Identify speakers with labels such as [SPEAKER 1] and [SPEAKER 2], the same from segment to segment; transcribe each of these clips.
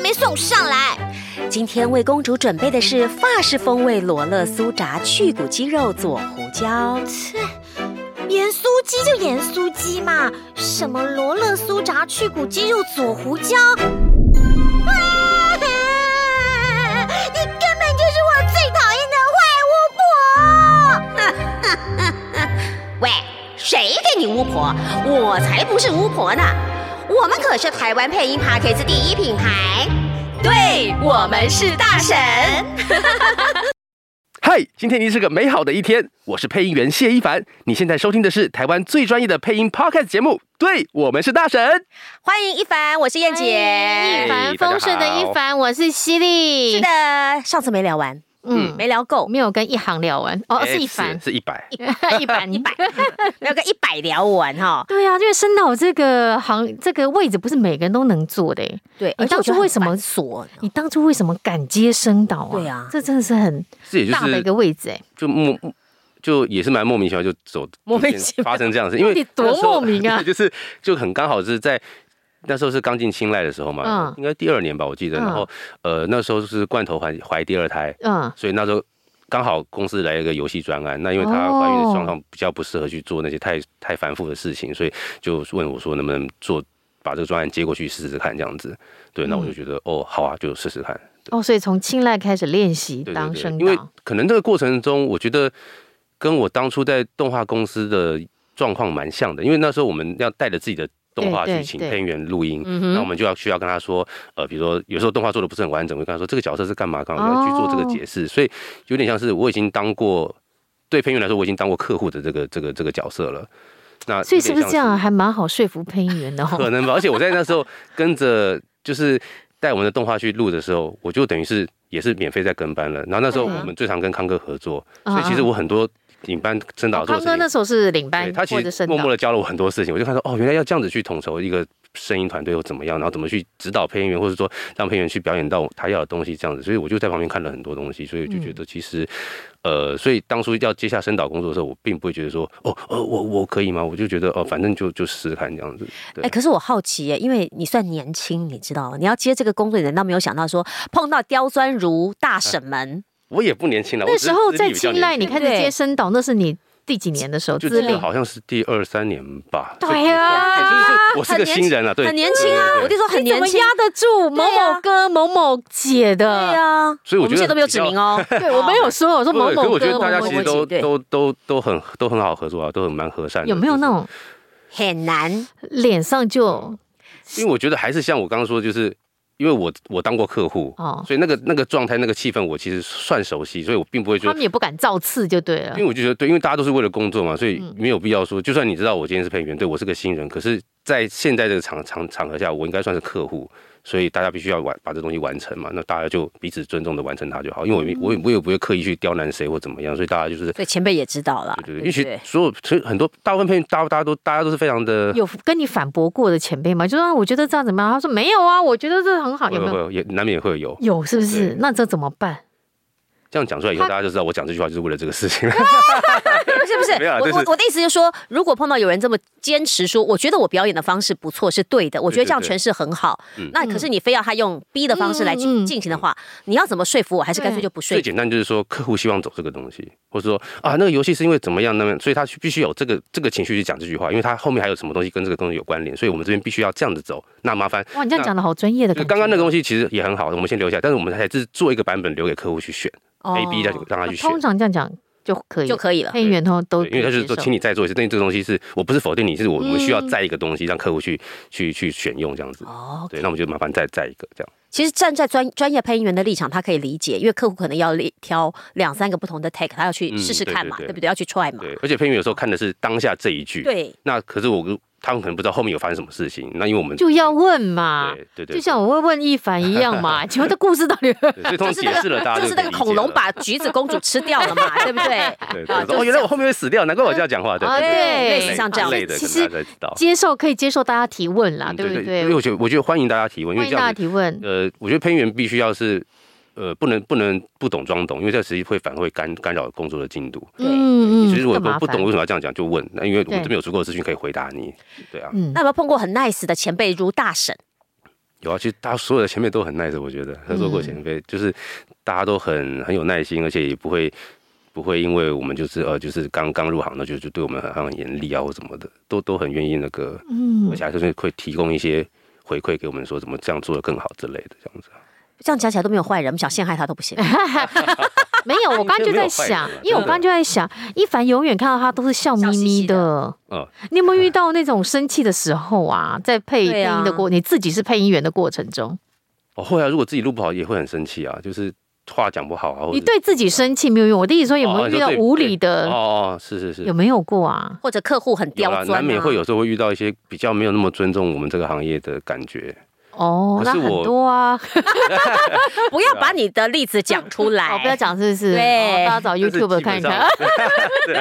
[SPEAKER 1] 没送上来？
[SPEAKER 2] 今天为公主准备的是法式风味罗勒酥炸去骨鸡肉佐胡椒。
[SPEAKER 1] 切，盐酥鸡就盐酥鸡嘛，什么罗勒酥炸去骨鸡肉佐胡椒？啊！你根本就是我最讨厌的坏巫婆！
[SPEAKER 2] 喂，谁给你巫婆？我才不是巫婆呢！我们可是台湾配音 p a c k a g e 第一品牌，对我们是大神。
[SPEAKER 3] 嗨，今天一定是个美好的一天，我是配音员谢一凡。你现在收听的是台湾最专业的配音 podcast 节目，对我们是大神。
[SPEAKER 2] 欢迎一凡，我是燕姐。
[SPEAKER 3] 哎大
[SPEAKER 4] 一帆
[SPEAKER 3] 家
[SPEAKER 4] 风顺的一帆，我是犀利。
[SPEAKER 2] 是，的，上次没聊完，
[SPEAKER 4] 嗯，
[SPEAKER 2] 没聊够，
[SPEAKER 4] 没有跟一行聊完，哦，是一
[SPEAKER 3] 哎
[SPEAKER 4] 帆
[SPEAKER 3] 是，是一百。
[SPEAKER 4] 一 凡，一百。
[SPEAKER 2] 聊个一百聊完哈。
[SPEAKER 4] 对啊，因为深岛这个行这个位置不是每个人都能坐的耶。
[SPEAKER 2] 对，
[SPEAKER 4] 你
[SPEAKER 2] 而且
[SPEAKER 4] 当
[SPEAKER 2] 我觉
[SPEAKER 4] 初
[SPEAKER 2] 得
[SPEAKER 4] 为
[SPEAKER 2] 很
[SPEAKER 4] 什么
[SPEAKER 2] 繁琐呢？
[SPEAKER 4] 你当初为什么敢接深岛啊？
[SPEAKER 2] 对啊
[SPEAKER 4] 这真的是很
[SPEAKER 3] 这也就
[SPEAKER 4] 大的一
[SPEAKER 3] 是
[SPEAKER 4] 个位置哎，
[SPEAKER 3] 就莫就也是蛮莫名其妙就走
[SPEAKER 2] 莫名其妙
[SPEAKER 3] 发生这样的事，因为
[SPEAKER 4] 到底多
[SPEAKER 3] 那时候
[SPEAKER 4] 莫名啊
[SPEAKER 3] 对 就是就很刚好是在。那时候是刚进青睐的时候嘛
[SPEAKER 4] 嗯，
[SPEAKER 3] 应该第二年吧，我记得。
[SPEAKER 4] 嗯
[SPEAKER 3] 然后，呃，那时候是罐头怀怀第二胎，
[SPEAKER 4] 嗯，
[SPEAKER 3] 所以那时候刚好公司来一个游戏专案。那因为她
[SPEAKER 4] 哦
[SPEAKER 3] 怀孕的状况比较不适合去做那些太太繁复的事情，所以就问我说能不能做把这个专案接过去试试看这样子。对，那我
[SPEAKER 4] 嗯
[SPEAKER 3] 就觉得哦，好啊，就试试看。
[SPEAKER 4] 哦，所以从青睐开始练习
[SPEAKER 3] 对
[SPEAKER 4] 当
[SPEAKER 3] 对
[SPEAKER 4] 声
[SPEAKER 3] 对，因为
[SPEAKER 4] 导，
[SPEAKER 3] 可能这个过程中，我觉得跟我当初在动画公司的状况蛮像的，因为那时候我们要带着自己的动画去
[SPEAKER 4] 对对
[SPEAKER 3] 请
[SPEAKER 4] 对
[SPEAKER 3] 配音员录音，
[SPEAKER 4] 嗯
[SPEAKER 3] 那我
[SPEAKER 4] 哼，
[SPEAKER 3] 们就要需要跟他说，呃，比如说有时候动画做的不是很完整，我会跟他说这个角色是干嘛干嘛，要去做这
[SPEAKER 4] 哦
[SPEAKER 3] 个解释，所以有点像是我已经当过对配音员来说，我已经当过客户的这个这个这个角色了。那
[SPEAKER 4] 所以
[SPEAKER 3] 有
[SPEAKER 4] 是
[SPEAKER 3] 点
[SPEAKER 4] 不
[SPEAKER 3] 像
[SPEAKER 4] 是这样啊还蛮好说服配音员的
[SPEAKER 3] 可
[SPEAKER 4] 哦？
[SPEAKER 3] 能吧。而且我在那时候跟着就是带我们的动画去录的时候，我就等于是也是免费在跟班了。然后那时候
[SPEAKER 4] 嗯
[SPEAKER 3] 我们最常跟康哥合作，
[SPEAKER 4] 嗯
[SPEAKER 3] 所以其实我很多领班真导
[SPEAKER 4] 哦
[SPEAKER 3] 做
[SPEAKER 4] 康
[SPEAKER 3] 的
[SPEAKER 4] 哥那
[SPEAKER 3] 事
[SPEAKER 4] 时候是领
[SPEAKER 3] 情，对
[SPEAKER 4] 班
[SPEAKER 3] 他
[SPEAKER 4] 或
[SPEAKER 3] 其
[SPEAKER 4] 者
[SPEAKER 3] 实
[SPEAKER 4] 声
[SPEAKER 3] 默默
[SPEAKER 4] 导，
[SPEAKER 3] 的教了我很多事情。我就看说哦，原来要这样子去统筹一个声音团队又怎么样，然后怎么去指导配音员，或者说让配音员去表演到他要的东西这样子。所以我就在旁边看了很多东西，所以我就觉得其实。呃，所以当初要接下声导工作的时候，我并不会觉得说，哦，呃，我我可以吗？我就觉得，哦，反正就就试试看这样子。对
[SPEAKER 2] 哎、可是我好奇耶，因为你算年轻，你知道，你要接这个工作，你难道没有想到说碰到刁钻如大婶们？
[SPEAKER 3] 我也不年轻了。
[SPEAKER 4] 那
[SPEAKER 3] 我只是
[SPEAKER 4] 时候
[SPEAKER 3] 资历
[SPEAKER 4] 在
[SPEAKER 3] 比较
[SPEAKER 4] 青睐，
[SPEAKER 3] 年
[SPEAKER 4] 你
[SPEAKER 3] 轻
[SPEAKER 4] 开始
[SPEAKER 2] 对
[SPEAKER 4] 接声导，那是你第几年的时候？
[SPEAKER 3] 就
[SPEAKER 4] 资历
[SPEAKER 3] 好像是第二三年吧。
[SPEAKER 4] 对呀
[SPEAKER 3] 哎所以就是我是个新人了，对
[SPEAKER 2] 哎啊很，年轻啊！
[SPEAKER 3] 对对对
[SPEAKER 2] 我弟说 很
[SPEAKER 4] 你怎
[SPEAKER 2] 年
[SPEAKER 4] 么
[SPEAKER 2] 轻，
[SPEAKER 4] 压得住某某哥、某某姐
[SPEAKER 2] 对
[SPEAKER 4] 的？
[SPEAKER 2] 啊，
[SPEAKER 3] 所以
[SPEAKER 2] 我
[SPEAKER 3] 我
[SPEAKER 2] 们
[SPEAKER 3] 觉得
[SPEAKER 2] 现在都没有指名
[SPEAKER 3] 哦。
[SPEAKER 2] 哦。
[SPEAKER 4] 对，我没有说，我说
[SPEAKER 3] 对，
[SPEAKER 4] 某
[SPEAKER 3] 可是
[SPEAKER 4] 某
[SPEAKER 3] 我觉得
[SPEAKER 4] 哥、某
[SPEAKER 3] 大家
[SPEAKER 4] 某
[SPEAKER 3] 其实都
[SPEAKER 4] 姐，对，
[SPEAKER 3] 都都都很都很好合作啊，都很蛮和善的。
[SPEAKER 4] 有没有那？种
[SPEAKER 2] 很难，
[SPEAKER 4] 脸上就
[SPEAKER 3] 因为我觉得还是像我刚刚说，就是因为我我当过客户，
[SPEAKER 4] 哦，
[SPEAKER 3] 所以那个那个状态、那个气氛，我其实算熟悉，所以我并不会觉
[SPEAKER 4] 他
[SPEAKER 3] 得
[SPEAKER 4] 们也不敢造次就对了
[SPEAKER 3] 因为。我就觉得，对，因为大家都是为了工作嘛，所以
[SPEAKER 4] 嗯
[SPEAKER 3] 没有必要说，就算你知道我今天是配音员，对我是个新人，可是，在现在这个场场场合下，我应该算是客户，所以大家必须要完把这东西完成嘛。那大家就彼此尊重的完成它就好，因为我也
[SPEAKER 4] 嗯
[SPEAKER 3] 我也我也不会刻意去刁难谁或怎么样，所以大家就是
[SPEAKER 2] 所以前辈也知
[SPEAKER 4] 啊
[SPEAKER 2] 道了。
[SPEAKER 3] 对对
[SPEAKER 2] 不
[SPEAKER 3] 对，因为其实所有所以很多大部分配音大大家都大家都是非常的。
[SPEAKER 4] 有跟你反驳过的前辈吗？就说啊我觉得这样怎么样？他说没有啊，我觉得这很好，
[SPEAKER 3] 会
[SPEAKER 4] 有没
[SPEAKER 3] 会
[SPEAKER 4] 有？
[SPEAKER 3] 会也难免也会有
[SPEAKER 4] 有是不是
[SPEAKER 3] 对？
[SPEAKER 4] 那这怎么办？
[SPEAKER 3] 这样讲出来以后，大家就知道我讲这句话就是为了这个事情。
[SPEAKER 2] 不是不是，
[SPEAKER 3] 没有啊
[SPEAKER 2] 我
[SPEAKER 3] 这是
[SPEAKER 2] 我我的意思就是说，如果碰到有人这么坚持说，我觉得我表演的方式不错，是对的，我觉得这样
[SPEAKER 3] 对对对
[SPEAKER 2] 诠释很好
[SPEAKER 3] 嗯。
[SPEAKER 2] 那可是你非要他用逼的方式来
[SPEAKER 4] 嗯嗯
[SPEAKER 2] 进
[SPEAKER 4] 嗯
[SPEAKER 2] 进行的话，你要怎么说服我？还是干脆就不说
[SPEAKER 3] 最
[SPEAKER 2] 服？
[SPEAKER 3] 简单就是说，客户希望走这个东西，或者说啊，那个游戏是因为怎么样那么样，所以他必须有这个这个情绪去讲这句话，因为他后面还有什么东西跟这个东西有关联，所以我们这边必须要这样子走。那麻烦，
[SPEAKER 4] 哇，你这样讲的好专业的
[SPEAKER 3] 就
[SPEAKER 4] 感觉。
[SPEAKER 3] 刚刚那个东西其实也很好，我们先留下来，但是我们还是做一个版本留给客户去选、a B 让让他去选
[SPEAKER 4] 哦啊通。常这样讲就可以
[SPEAKER 2] 哦就
[SPEAKER 4] 了，
[SPEAKER 2] 可以了。
[SPEAKER 4] 配音员通常都
[SPEAKER 3] 对因为他就是说，
[SPEAKER 4] 可以接受
[SPEAKER 3] 请你再做一次，但是这个东西是我不是否定你，是我我们需要
[SPEAKER 4] 嗯
[SPEAKER 3] 再一个东西让客户去去去选用这样子。
[SPEAKER 2] 哦，
[SPEAKER 3] 对，那我们就麻烦再再一个这样。
[SPEAKER 2] 其实站在专专业配音员的立场，他可以理解，因为客户可能要力挑两三个不同的 take，他要去
[SPEAKER 3] 嗯
[SPEAKER 2] 试试看嘛，
[SPEAKER 3] 对对对
[SPEAKER 2] 对不对？要去 try
[SPEAKER 4] 嗯
[SPEAKER 2] 嘛，
[SPEAKER 3] 对，而且配音员有时候看的是当下这一句，
[SPEAKER 2] 对，
[SPEAKER 3] 那可是我跟他们可能不知道后面有发生什么事情，那因为我们
[SPEAKER 4] 就要问嘛，
[SPEAKER 3] 对对对，
[SPEAKER 4] 就像我会问一凡一样 嘛。请问这故事到底？
[SPEAKER 3] 对所以通常解释了，大家
[SPEAKER 2] 就是那个
[SPEAKER 3] 可以理解
[SPEAKER 2] 恐龙
[SPEAKER 3] 了。
[SPEAKER 2] 把橘子公主吃掉了 嘛，对不对？啊
[SPEAKER 3] 对，对
[SPEAKER 2] 就是
[SPEAKER 3] 对哦，原来我后面会死掉，难怪我这样讲话，对
[SPEAKER 4] 啊对
[SPEAKER 3] 对，
[SPEAKER 4] 类似
[SPEAKER 2] 像这样
[SPEAKER 3] 类的，
[SPEAKER 4] 其
[SPEAKER 3] 可
[SPEAKER 4] 实
[SPEAKER 3] 能大家才知道，
[SPEAKER 4] 接受可以接受大家提问啦，
[SPEAKER 3] 啊嗯
[SPEAKER 4] 对不
[SPEAKER 3] 因为我觉得我觉得欢迎大家提问，因
[SPEAKER 4] 欢
[SPEAKER 3] 为
[SPEAKER 4] 迎
[SPEAKER 3] 这
[SPEAKER 4] 大家
[SPEAKER 3] 样子，
[SPEAKER 4] 提问。
[SPEAKER 3] 呃，我觉得配音员必须要是。呃，不能不能不懂装懂，因为这实际会反而会干干扰工作的进度。
[SPEAKER 2] 对
[SPEAKER 4] 嗯
[SPEAKER 3] 其实我
[SPEAKER 4] 更麻
[SPEAKER 3] 不
[SPEAKER 4] 烦
[SPEAKER 3] 不懂为什 么要这样讲，就问，那因为我
[SPEAKER 4] 对
[SPEAKER 3] 这边有足够的资讯可以回答你。对啊，
[SPEAKER 4] 嗯
[SPEAKER 2] 那，有没有碰过很 nice 的前辈如大婶？
[SPEAKER 3] 有啊，其实大家所有的前辈都很 nice，我觉得合作过前
[SPEAKER 4] 嗯
[SPEAKER 3] 辈、就是大家都很很有耐心，而且也不会不会因为我们就是呃就是刚刚入行呢，就就对我们很很严厉啊或什么的，都都很愿意那个，嗯，而且还就是会提供一些回馈给我们说怎么这样做的更好之类的这样子啊。
[SPEAKER 2] 这样讲起来都没有坏人，我们想陷害他都不行。
[SPEAKER 4] 没有，我刚刚就在想
[SPEAKER 3] 没有坏人啊，
[SPEAKER 4] 因为我刚刚就在想，一凡永远看到他都是笑眯
[SPEAKER 2] 笑嘻
[SPEAKER 4] 眯
[SPEAKER 2] 嘻
[SPEAKER 4] 的。
[SPEAKER 3] 嗯，
[SPEAKER 4] 你有没有遇到那种生气的时候啊？在配配
[SPEAKER 2] 对啊
[SPEAKER 4] 音的过，你自己是配音员的过程中，
[SPEAKER 3] 哦，会啊，如果自己录不好也会很生气啊，就是话讲不好啊，或者
[SPEAKER 4] 你对自己生气没有用。我的意思说，有没
[SPEAKER 3] 哦
[SPEAKER 4] 有
[SPEAKER 3] 你说
[SPEAKER 4] 遇到
[SPEAKER 3] 对
[SPEAKER 4] 无理的？
[SPEAKER 3] 哦哦，是是是，
[SPEAKER 4] 有没有过啊？
[SPEAKER 2] 或者客户很
[SPEAKER 3] 有
[SPEAKER 2] 刁
[SPEAKER 3] 啦，
[SPEAKER 2] 钻、啊，
[SPEAKER 3] 难免会有时候会遇到一些比较没有那么尊重我们这个行业的感觉。
[SPEAKER 4] 哦，那
[SPEAKER 3] 可是
[SPEAKER 4] 很
[SPEAKER 3] 我
[SPEAKER 4] 多啊，
[SPEAKER 2] 不要把你的例子讲出 来，
[SPEAKER 4] 哦，不要讲是不是？
[SPEAKER 2] 哎对
[SPEAKER 4] 哦大家找
[SPEAKER 3] 但是
[SPEAKER 4] YouTube
[SPEAKER 3] 基本
[SPEAKER 4] 看一
[SPEAKER 3] 上
[SPEAKER 4] 看。。
[SPEAKER 3] 对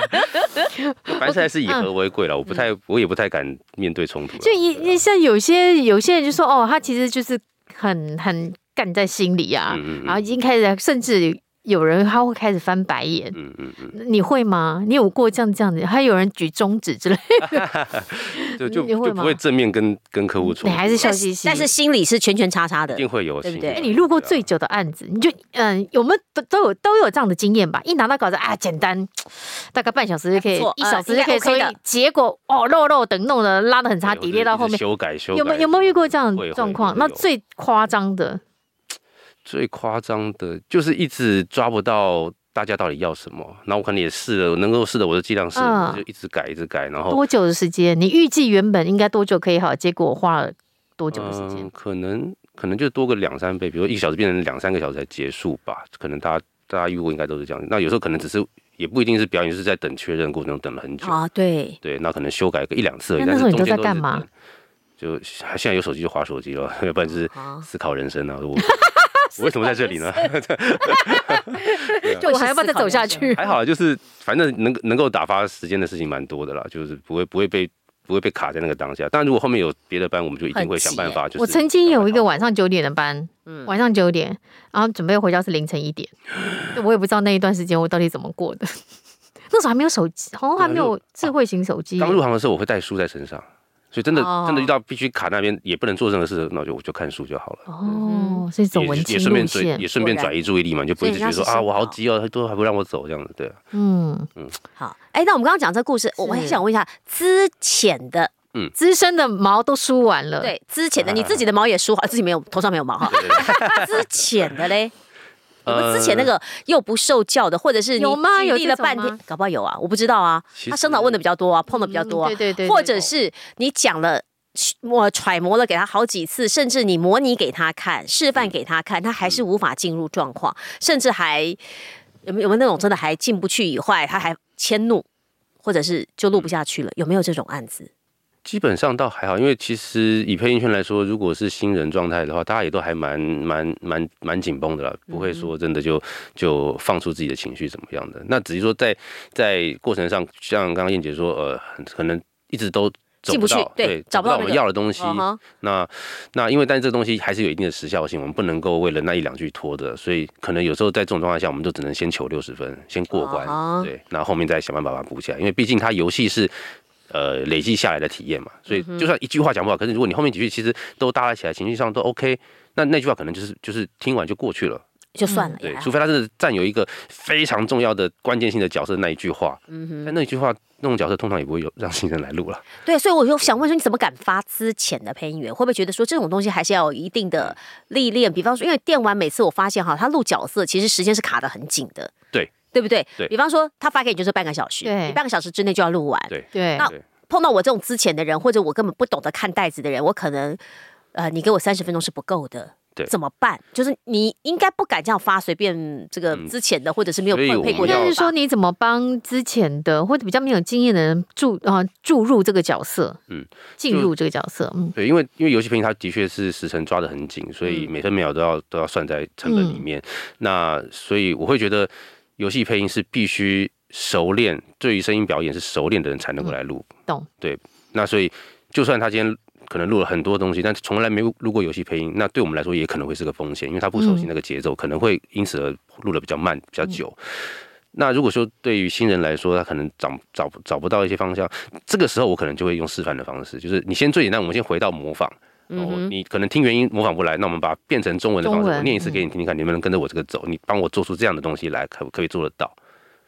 [SPEAKER 3] 啊反正还是以和为贵了，我不太，我也不太敢面对啊冲突啦。
[SPEAKER 4] 嗯就一一像有些有些人就说，哦，他其实就是很很干在心里啊，
[SPEAKER 3] 嗯嗯嗯
[SPEAKER 4] 然后已经开始，甚至有人他会开始翻白眼。
[SPEAKER 3] 嗯嗯嗯，
[SPEAKER 4] 你会吗？你有过这样这样的？还有人举中指之类，
[SPEAKER 3] 就就
[SPEAKER 4] 你嗯会
[SPEAKER 3] 就
[SPEAKER 4] 吗
[SPEAKER 3] 不会正面跟跟客户冲
[SPEAKER 4] 你
[SPEAKER 3] 突，
[SPEAKER 4] 还是笑
[SPEAKER 2] 但
[SPEAKER 4] 嘻
[SPEAKER 2] 是
[SPEAKER 4] 嘻。
[SPEAKER 2] 但是心里是圈圈叉叉的
[SPEAKER 3] 一。定会有
[SPEAKER 2] 对
[SPEAKER 3] 心
[SPEAKER 2] 不
[SPEAKER 3] 理
[SPEAKER 2] 对
[SPEAKER 3] 的。
[SPEAKER 4] 哎，你录过最
[SPEAKER 3] 对啊
[SPEAKER 4] 久的案子，你就嗯，有没有都都有都有这样的经验吧？一拿到稿子啊，简单，大概半小时就可以
[SPEAKER 2] 不错，
[SPEAKER 4] 一小时就
[SPEAKER 2] 呃
[SPEAKER 4] 可以
[SPEAKER 2] 应该
[SPEAKER 4] 收
[SPEAKER 2] OK
[SPEAKER 4] 一
[SPEAKER 2] 的
[SPEAKER 4] 结果哦，肉肉等弄的拉的很差，
[SPEAKER 3] 对
[SPEAKER 4] 底列到
[SPEAKER 3] 或者
[SPEAKER 4] 后
[SPEAKER 3] 一
[SPEAKER 4] 面
[SPEAKER 3] 直，修改修改，
[SPEAKER 4] 有没有有没有遇过这样
[SPEAKER 3] 会
[SPEAKER 4] 的
[SPEAKER 3] 会
[SPEAKER 4] 状
[SPEAKER 3] 会
[SPEAKER 4] 况？
[SPEAKER 3] 会
[SPEAKER 4] 那
[SPEAKER 3] 有
[SPEAKER 4] 最夸张的，
[SPEAKER 3] 最夸张的就是一直抓不到大家到底要什么，然后我可能也试了，我能够试的我就尽量试，
[SPEAKER 4] 嗯
[SPEAKER 3] 我就一直改一直改，然后
[SPEAKER 4] 多久的时间？你预计原本应该多久可以好，结果花了多久的时间？
[SPEAKER 3] 嗯，可能可能就多个两三倍，比如说一个小时变成两三个小时才结束吧，可能大家大家遇过应该都是这样。那有时候可能只是也不一定是表演，就是在等确认过程中等了很久，
[SPEAKER 2] 啊，对，
[SPEAKER 3] 对，那可能修改个一两次而已。
[SPEAKER 4] 哦那
[SPEAKER 3] 但
[SPEAKER 4] 那
[SPEAKER 3] 是
[SPEAKER 4] 时候
[SPEAKER 3] 中
[SPEAKER 4] 你
[SPEAKER 3] 间
[SPEAKER 4] 都
[SPEAKER 3] 是
[SPEAKER 4] 在干嘛
[SPEAKER 3] 等？就现在有手机就划手机了， 要不然就是
[SPEAKER 2] 啊
[SPEAKER 4] 哦
[SPEAKER 3] 思考人生啊。 我我为什么在这里呢？
[SPEAKER 2] 就
[SPEAKER 4] 我还要不要再走下去？
[SPEAKER 3] 还好啦，啊就是反正能能够打发时间的事情蛮多的啦，就是不会不会被不会被卡在那个当下。但如果后面有别的班，我们就一定会想办法。就是
[SPEAKER 4] 我曾经有一个
[SPEAKER 3] 想办法
[SPEAKER 4] 晚上九点的班，晚上九点，然后准备回家是凌晨一点，我也不知道那一段时间我到底怎么过的。 那时候还没有手机，好像还没有智慧型手机。
[SPEAKER 3] 刚入行的时候，我会带书在身上，所以真的、
[SPEAKER 4] 哦
[SPEAKER 3] 真的遇到必须卡那边也不能做任何事，那我就我就看书就好了。
[SPEAKER 4] 哦，是走
[SPEAKER 3] 也
[SPEAKER 4] 文
[SPEAKER 3] 是也
[SPEAKER 4] 青
[SPEAKER 3] 顺
[SPEAKER 4] 路
[SPEAKER 3] 便转
[SPEAKER 4] 线
[SPEAKER 3] 也。顺便转移注意力嘛，你就不会一直觉得
[SPEAKER 2] 所
[SPEAKER 3] 说
[SPEAKER 2] 以人家是
[SPEAKER 3] 啊
[SPEAKER 2] 圣
[SPEAKER 3] 我好
[SPEAKER 2] 保
[SPEAKER 3] 急哦，都还不让我走这样子，对啊。
[SPEAKER 4] 嗯，
[SPEAKER 2] 好，哎，那我们刚刚讲这故事，我还想问一下，之前的
[SPEAKER 4] 资深的毛都梳完 了。，
[SPEAKER 2] 对之前的你自己的毛也梳好，自己没有头上没有毛哈，
[SPEAKER 3] 啊对对 对
[SPEAKER 2] 之前的嘞。我们
[SPEAKER 3] 呃
[SPEAKER 2] 之前那个又不受教的，或者是你
[SPEAKER 4] 有吗
[SPEAKER 2] 举
[SPEAKER 4] 有
[SPEAKER 2] 例
[SPEAKER 4] 这
[SPEAKER 2] 了
[SPEAKER 4] 种
[SPEAKER 2] 半
[SPEAKER 4] 吗
[SPEAKER 2] 天，搞不好有啊，我不知道啊
[SPEAKER 3] 其。实
[SPEAKER 2] 他生导问的比较多啊，碰的比较多啊
[SPEAKER 4] 嗯，对对对对
[SPEAKER 2] 或者是你讲了。我揣摩了给他好几次，甚至你模拟给他看、示范给他看，他还是无法进入状况，
[SPEAKER 3] 嗯
[SPEAKER 2] 甚至还有没有没有那种真的还进不去以外，他还迁怒，或者是就
[SPEAKER 3] 嗯
[SPEAKER 2] 录不下去了，有没有这种案子？
[SPEAKER 3] 基本上倒还好，因为其实以配音圈来说，如果是新人状态的话，大家也都还蛮蛮蛮蛮紧绷的啦，不会
[SPEAKER 2] 嗯
[SPEAKER 3] 说真的就就放出自己的情绪怎么样的。那只是说在在过程上，像刚刚燕姐说，呃，很可能一直都走
[SPEAKER 2] 进不去
[SPEAKER 3] 到
[SPEAKER 2] 对找
[SPEAKER 3] 找
[SPEAKER 2] 不
[SPEAKER 3] 不
[SPEAKER 2] 到那
[SPEAKER 3] 到我
[SPEAKER 2] 个
[SPEAKER 3] 们要的东西。
[SPEAKER 2] 嗯哼
[SPEAKER 3] 那那因为但是这东西还是有一定的时效性，我们不能够为了那一两句拖的，所以可能有时候在这种状态下，我们就只能先求六十分，先过关
[SPEAKER 2] 啊哈
[SPEAKER 3] 对，那后面再想办法把它补起来，因为毕竟它游戏是。呃，累积下来的体验嘛，所以
[SPEAKER 2] 嗯
[SPEAKER 3] 就算一句话讲不好，可是如果你后面几句其实都搭起来，情绪上都 OK，那那句话可能就是就是听完就过去了，
[SPEAKER 2] 就算了，
[SPEAKER 3] 对
[SPEAKER 2] 也，还好
[SPEAKER 3] 除非他真的占有一个非常重要的关键性的角色那一句话，
[SPEAKER 2] 嗯
[SPEAKER 3] 但那一句话那种角色通常也不会有让新人来录 了，
[SPEAKER 2] 对，所以我就想问说，你怎么敢发之前的配音员？会不会觉得说这种东西还是要有一定的历练？比方说，因为电玩每次我发现哈，他录角色其实时间是卡得很紧的，
[SPEAKER 3] 对
[SPEAKER 2] 对不对？
[SPEAKER 3] 对
[SPEAKER 2] 比方说，他发给你就是半个小时，
[SPEAKER 4] 对
[SPEAKER 2] 你半个小时之内就要录完。
[SPEAKER 3] 对
[SPEAKER 4] 对
[SPEAKER 2] 那
[SPEAKER 3] 对
[SPEAKER 2] 碰到我这种之前的人，或者我根本不懂得看袋子的人，我可能呃，你给我三十分钟是不够的。
[SPEAKER 3] 对
[SPEAKER 2] 怎么办？就是你应该不敢这样发，随便这个
[SPEAKER 3] 嗯
[SPEAKER 2] 之前的，或者是没有
[SPEAKER 3] 所以
[SPEAKER 2] 配配
[SPEAKER 3] 我
[SPEAKER 2] 过
[SPEAKER 4] 应
[SPEAKER 2] 的
[SPEAKER 3] 要
[SPEAKER 4] 该
[SPEAKER 2] 吧。
[SPEAKER 4] 是说你怎么帮之前的或者比较没有经验的人注啊、注入这个角色，嗯
[SPEAKER 3] 嗯，
[SPEAKER 4] 进入这个角色，嗯，
[SPEAKER 3] 对，因为因为游戏平台它的确是时程抓得很紧，所以每分每秒都要都要算在成本里面。那所以我会觉得，游戏配音是必须熟练，对于声音表演是熟练的人才能够来录。
[SPEAKER 4] 懂？
[SPEAKER 3] 对，那所以就算他今天。可能录了很多东西，但从来没录过游戏配音，那对我们来说也可能会是个风险，因为他不熟悉那个节奏，可能会因此而录的比较慢、比较久。那如果说对于新人来说，他可能找找找不到一些方向，这个时候我可能就会用示范的方式，就是你先最简单，我们先回到模仿，然后
[SPEAKER 2] 嗯哼
[SPEAKER 3] 你可能听原音模仿不来，那我们把它变成中文的方式，
[SPEAKER 4] 中文
[SPEAKER 3] 我念一次给你听听看，你能不能跟着我这个走？你帮我做出这样的东西来，可不可以做得到？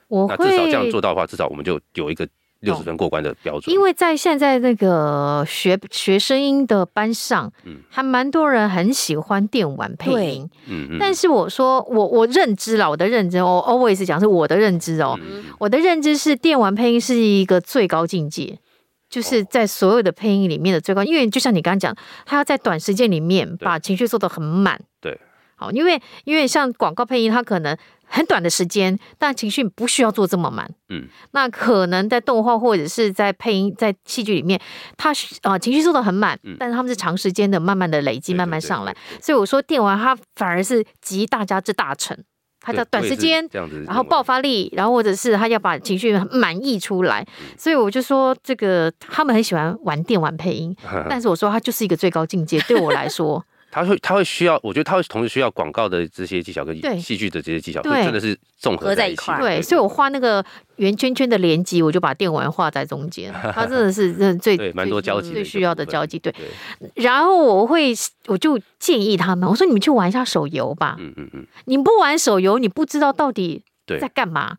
[SPEAKER 4] 我
[SPEAKER 3] 那至少这样
[SPEAKER 4] 会
[SPEAKER 3] 做到的话，至少我们就有一个六十分过关的标准。
[SPEAKER 4] 因为在现在那个学学声音的班上，
[SPEAKER 3] 嗯
[SPEAKER 4] 还蛮多人很喜欢电玩配音。
[SPEAKER 3] 嗯嗯，
[SPEAKER 4] 但
[SPEAKER 3] 是
[SPEAKER 4] 是我说我我认知啦，我的认知，我 always 讲是我的认知哦，
[SPEAKER 3] 嗯
[SPEAKER 4] 我的认知是电玩配音是一个最高境界。
[SPEAKER 3] 哦
[SPEAKER 4] 就是在所有的配音里面的最高，因为就像你刚刚讲，他要在短时间里面把情绪做得很满。
[SPEAKER 3] 对，
[SPEAKER 4] 好，因为因为像广告配音，它可能很短的时间，但情绪不需要做这么满。
[SPEAKER 3] 嗯，
[SPEAKER 4] 那可能在动画或者是在配音、在戏剧里面，它是呃情绪做得很满，
[SPEAKER 3] 嗯
[SPEAKER 4] 但是他们是长时间的、慢慢的累积、
[SPEAKER 3] 对
[SPEAKER 4] 慢慢上来。所以我说电玩它反而是集大家之大成，它在
[SPEAKER 3] 对
[SPEAKER 4] 短
[SPEAKER 3] 我也
[SPEAKER 4] 时
[SPEAKER 3] 是
[SPEAKER 4] 间。
[SPEAKER 3] 这样子，
[SPEAKER 4] 然后 爆。发力，然后或者是他要把情绪满溢出来，
[SPEAKER 3] 嗯
[SPEAKER 4] 所以我就说这个他们很喜欢玩电玩配音，
[SPEAKER 3] 嗯
[SPEAKER 4] 但是我说它就是一个最高境界，对我 来说，
[SPEAKER 3] 他会他会需要，我觉得他会同时需要广告的这些技巧跟
[SPEAKER 4] 对
[SPEAKER 3] 戏剧的这些技巧，
[SPEAKER 4] 对
[SPEAKER 3] 所以真的是综合
[SPEAKER 2] 合在
[SPEAKER 3] 一
[SPEAKER 2] 一
[SPEAKER 3] 起
[SPEAKER 2] 块儿。
[SPEAKER 4] 对，所以我画那个圆圈圈的连接，我就把电玩画在中间，它真的是真的最
[SPEAKER 3] 对蛮多交集的
[SPEAKER 4] 最
[SPEAKER 3] 一
[SPEAKER 4] 需
[SPEAKER 3] 个
[SPEAKER 4] 要
[SPEAKER 3] 部
[SPEAKER 4] 的
[SPEAKER 3] 分
[SPEAKER 4] 交集，对。
[SPEAKER 3] 对，
[SPEAKER 4] 然后我会，我就建议他们，我说你们去玩一下手游吧。
[SPEAKER 3] 嗯嗯嗯，
[SPEAKER 4] 你不玩手游，你不知道到底
[SPEAKER 3] 对
[SPEAKER 4] 在干嘛，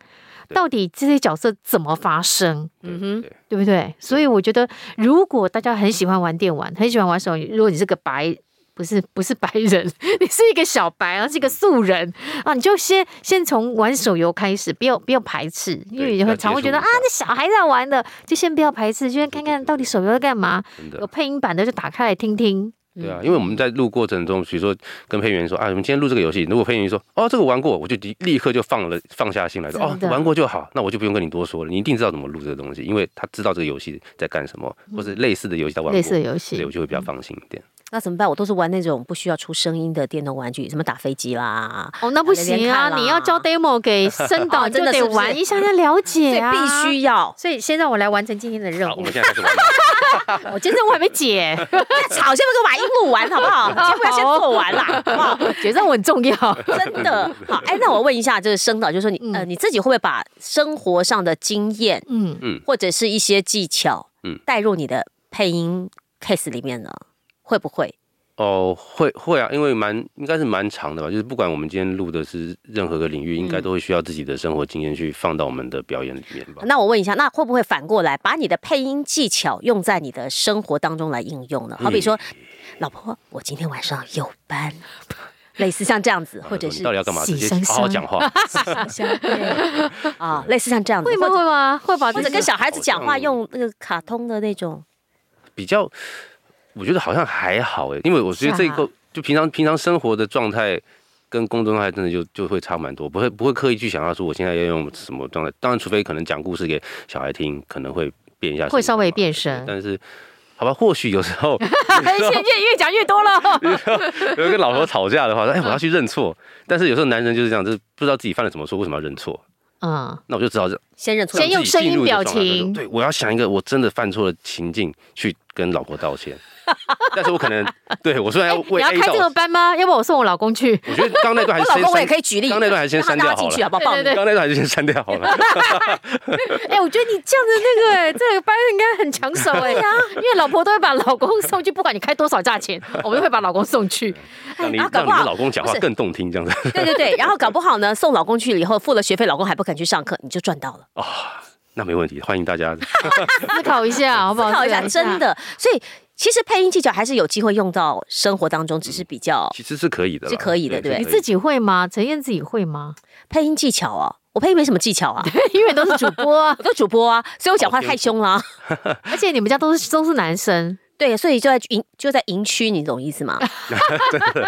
[SPEAKER 3] 对
[SPEAKER 4] 到底这些角色怎么发生，
[SPEAKER 3] 嗯
[SPEAKER 2] 嗯哼
[SPEAKER 3] 对
[SPEAKER 4] 对不对？所以我觉得，如果大家很喜欢玩电玩，很喜欢玩手游，如果你是个白。不是不是白人， 你是一个小白，然后是一个素人啊，你就先先从玩手游开始，不要不要排斥，因为
[SPEAKER 3] 对
[SPEAKER 4] 你会
[SPEAKER 3] 要
[SPEAKER 4] 常会
[SPEAKER 3] 接
[SPEAKER 4] 觉
[SPEAKER 3] 触
[SPEAKER 4] 得
[SPEAKER 3] 一
[SPEAKER 4] 啊，
[SPEAKER 3] 下
[SPEAKER 4] 那小孩在玩的，就先不要排斥，就先看看到底手游在干嘛，
[SPEAKER 3] 真
[SPEAKER 4] 有嗯
[SPEAKER 3] 的，
[SPEAKER 4] 配音版的就打开来听听，
[SPEAKER 3] 对啊，因为我们在录过程中，比如说跟配员说啊，我们今天录这个游戏，如果配员说哦这个玩过，我就立立刻就放了放下心来说哦
[SPEAKER 4] 真的
[SPEAKER 3] 玩过就好，那我就不用跟你多说了，你一定知道怎么录这个东西，因为他知道这个游戏在干什么，或是类似的游戏他玩过，
[SPEAKER 4] 嗯类似的游戏
[SPEAKER 3] 对，我就会比较放心一点。
[SPEAKER 2] 那怎么办？我都是玩那种不需要出声音的电动玩具，什么打飞机啦，
[SPEAKER 4] 哦，那不行啊！
[SPEAKER 2] 连看啦
[SPEAKER 4] 你要交 demo 给生导，
[SPEAKER 2] 哦
[SPEAKER 4] 你就
[SPEAKER 2] 真的
[SPEAKER 4] 得
[SPEAKER 2] 是不是
[SPEAKER 4] 玩一下才了解
[SPEAKER 2] 这
[SPEAKER 4] 啊。。
[SPEAKER 2] 必须要
[SPEAKER 4] 所以先让我来完成今天的任
[SPEAKER 3] 好，我
[SPEAKER 4] 务
[SPEAKER 3] 们。现在开始玩。
[SPEAKER 4] 我今天任务还没 解，
[SPEAKER 2] 吵，先不给我把音录完好不好？节目要先做完啦，好 不好？
[SPEAKER 4] 解任务很重要。
[SPEAKER 2] 真的好，哎，那我问一下，就是生导，就是说你、
[SPEAKER 4] 嗯
[SPEAKER 2] 呃你自己会不会把生活上的经验
[SPEAKER 4] 嗯，
[SPEAKER 2] 或者是一些技巧，
[SPEAKER 3] 嗯
[SPEAKER 2] 带入你的配音 case 里面呢？会不会？
[SPEAKER 3] 哦，会会啊，因为蛮应该是蛮长的吧，就是不管我们今天录的是任何个领域，应
[SPEAKER 4] 嗯
[SPEAKER 3] 该都会需要自己的生活经验去放到我们的表演里面吧。
[SPEAKER 2] 那我问一下，那会不会反过来把你的配音技巧用在你的生活当中来应用呢？好比说，老婆，我今天晚上有班，类似像这样子，或者
[SPEAKER 3] 说
[SPEAKER 2] 是
[SPEAKER 3] 你到底要干嘛？
[SPEAKER 4] 喜
[SPEAKER 3] 直接
[SPEAKER 4] 生
[SPEAKER 3] 好好
[SPEAKER 4] 生
[SPEAKER 3] 讲话。
[SPEAKER 2] 啊，类似像这样子，
[SPEAKER 4] 会吗？
[SPEAKER 2] 或者
[SPEAKER 4] 会吗？会把
[SPEAKER 2] 或
[SPEAKER 4] 这
[SPEAKER 2] 者
[SPEAKER 4] 个
[SPEAKER 2] 跟小孩子讲话
[SPEAKER 3] 好像
[SPEAKER 2] 用那个卡通的那种，
[SPEAKER 3] 比较，我觉得好像还好哎，因为我觉得
[SPEAKER 4] 是
[SPEAKER 3] 这
[SPEAKER 4] 啊
[SPEAKER 3] 一个就平常平常生活的状态跟工作状态真的就就会差蛮多，不会不会刻意去想要说我现在要用什么状态，当然除非可能讲故事给小孩听，可能会变一下声音嘛，
[SPEAKER 4] 会稍微变声，
[SPEAKER 3] 但是。好吧，或许有时候
[SPEAKER 4] 现在越越讲越多 了。
[SPEAKER 3] 有一个老头吵架的话，
[SPEAKER 2] 嗯
[SPEAKER 3] 说：“哎，我要去认错。”但是有时候男人就是这样，就是不知道自己犯了什么错，为什么要认错？
[SPEAKER 4] 嗯，
[SPEAKER 3] 那我就只好
[SPEAKER 2] 先认出来
[SPEAKER 4] 先用声音表情
[SPEAKER 3] 对，我要想一个我真的犯错的情境去跟老婆 道歉。但是我可能对我虽然要
[SPEAKER 2] 哎
[SPEAKER 4] 你
[SPEAKER 3] 为 A
[SPEAKER 4] 要
[SPEAKER 3] 道
[SPEAKER 4] 开这
[SPEAKER 3] 歉
[SPEAKER 4] 个，班吗？要不我送我老 公去。
[SPEAKER 3] 我觉得刚那段
[SPEAKER 2] 我
[SPEAKER 3] 还是
[SPEAKER 2] 老
[SPEAKER 3] 先
[SPEAKER 2] 公我也
[SPEAKER 3] 删，
[SPEAKER 2] 可以举例，
[SPEAKER 3] 刚那段还是先
[SPEAKER 2] 让
[SPEAKER 3] 删
[SPEAKER 2] 大家
[SPEAKER 3] 掉好
[SPEAKER 2] 进去好
[SPEAKER 3] 了。
[SPEAKER 2] 不好？报
[SPEAKER 4] 对
[SPEAKER 2] 名
[SPEAKER 4] 对对
[SPEAKER 3] 刚那段还是先删掉好了。
[SPEAKER 4] 哎、我觉得你这样的那个、哎，这个班应该很抢手哎、因为老婆都会把老公送去，不管你开多少价钱，我们都会把老公 送去。
[SPEAKER 3] 让你
[SPEAKER 2] 啊
[SPEAKER 3] 让
[SPEAKER 2] 搞
[SPEAKER 3] 你
[SPEAKER 2] 不好
[SPEAKER 3] 的老公讲话
[SPEAKER 2] 不是
[SPEAKER 3] 更动听，这样子
[SPEAKER 2] 对对对，然后搞不好呢，送老公去了以后，付了学费，老公还不肯去上课，你就赚到了。
[SPEAKER 3] 那没问题，欢迎大家。
[SPEAKER 4] 思考一下，好不啊好？
[SPEAKER 2] 思考一下，真。的。所以其实配音技巧还是有机会用到生活当中，只
[SPEAKER 3] 嗯
[SPEAKER 2] 是比较
[SPEAKER 3] 其实是可以的啦，
[SPEAKER 2] 是可以的对
[SPEAKER 3] 是
[SPEAKER 4] 你
[SPEAKER 3] 可以
[SPEAKER 4] 自己会吗？陈燕自己会吗？
[SPEAKER 2] 配音技巧啊。我配音没什么技巧啊，
[SPEAKER 4] 因为都是主 播啊，
[SPEAKER 2] 我都主播啊，所以我讲
[SPEAKER 3] 哦
[SPEAKER 2] 话太凶啦、
[SPEAKER 4] 而且你们家都是都是男生，
[SPEAKER 2] 对，所以就在营就在营区，你懂意 思吗？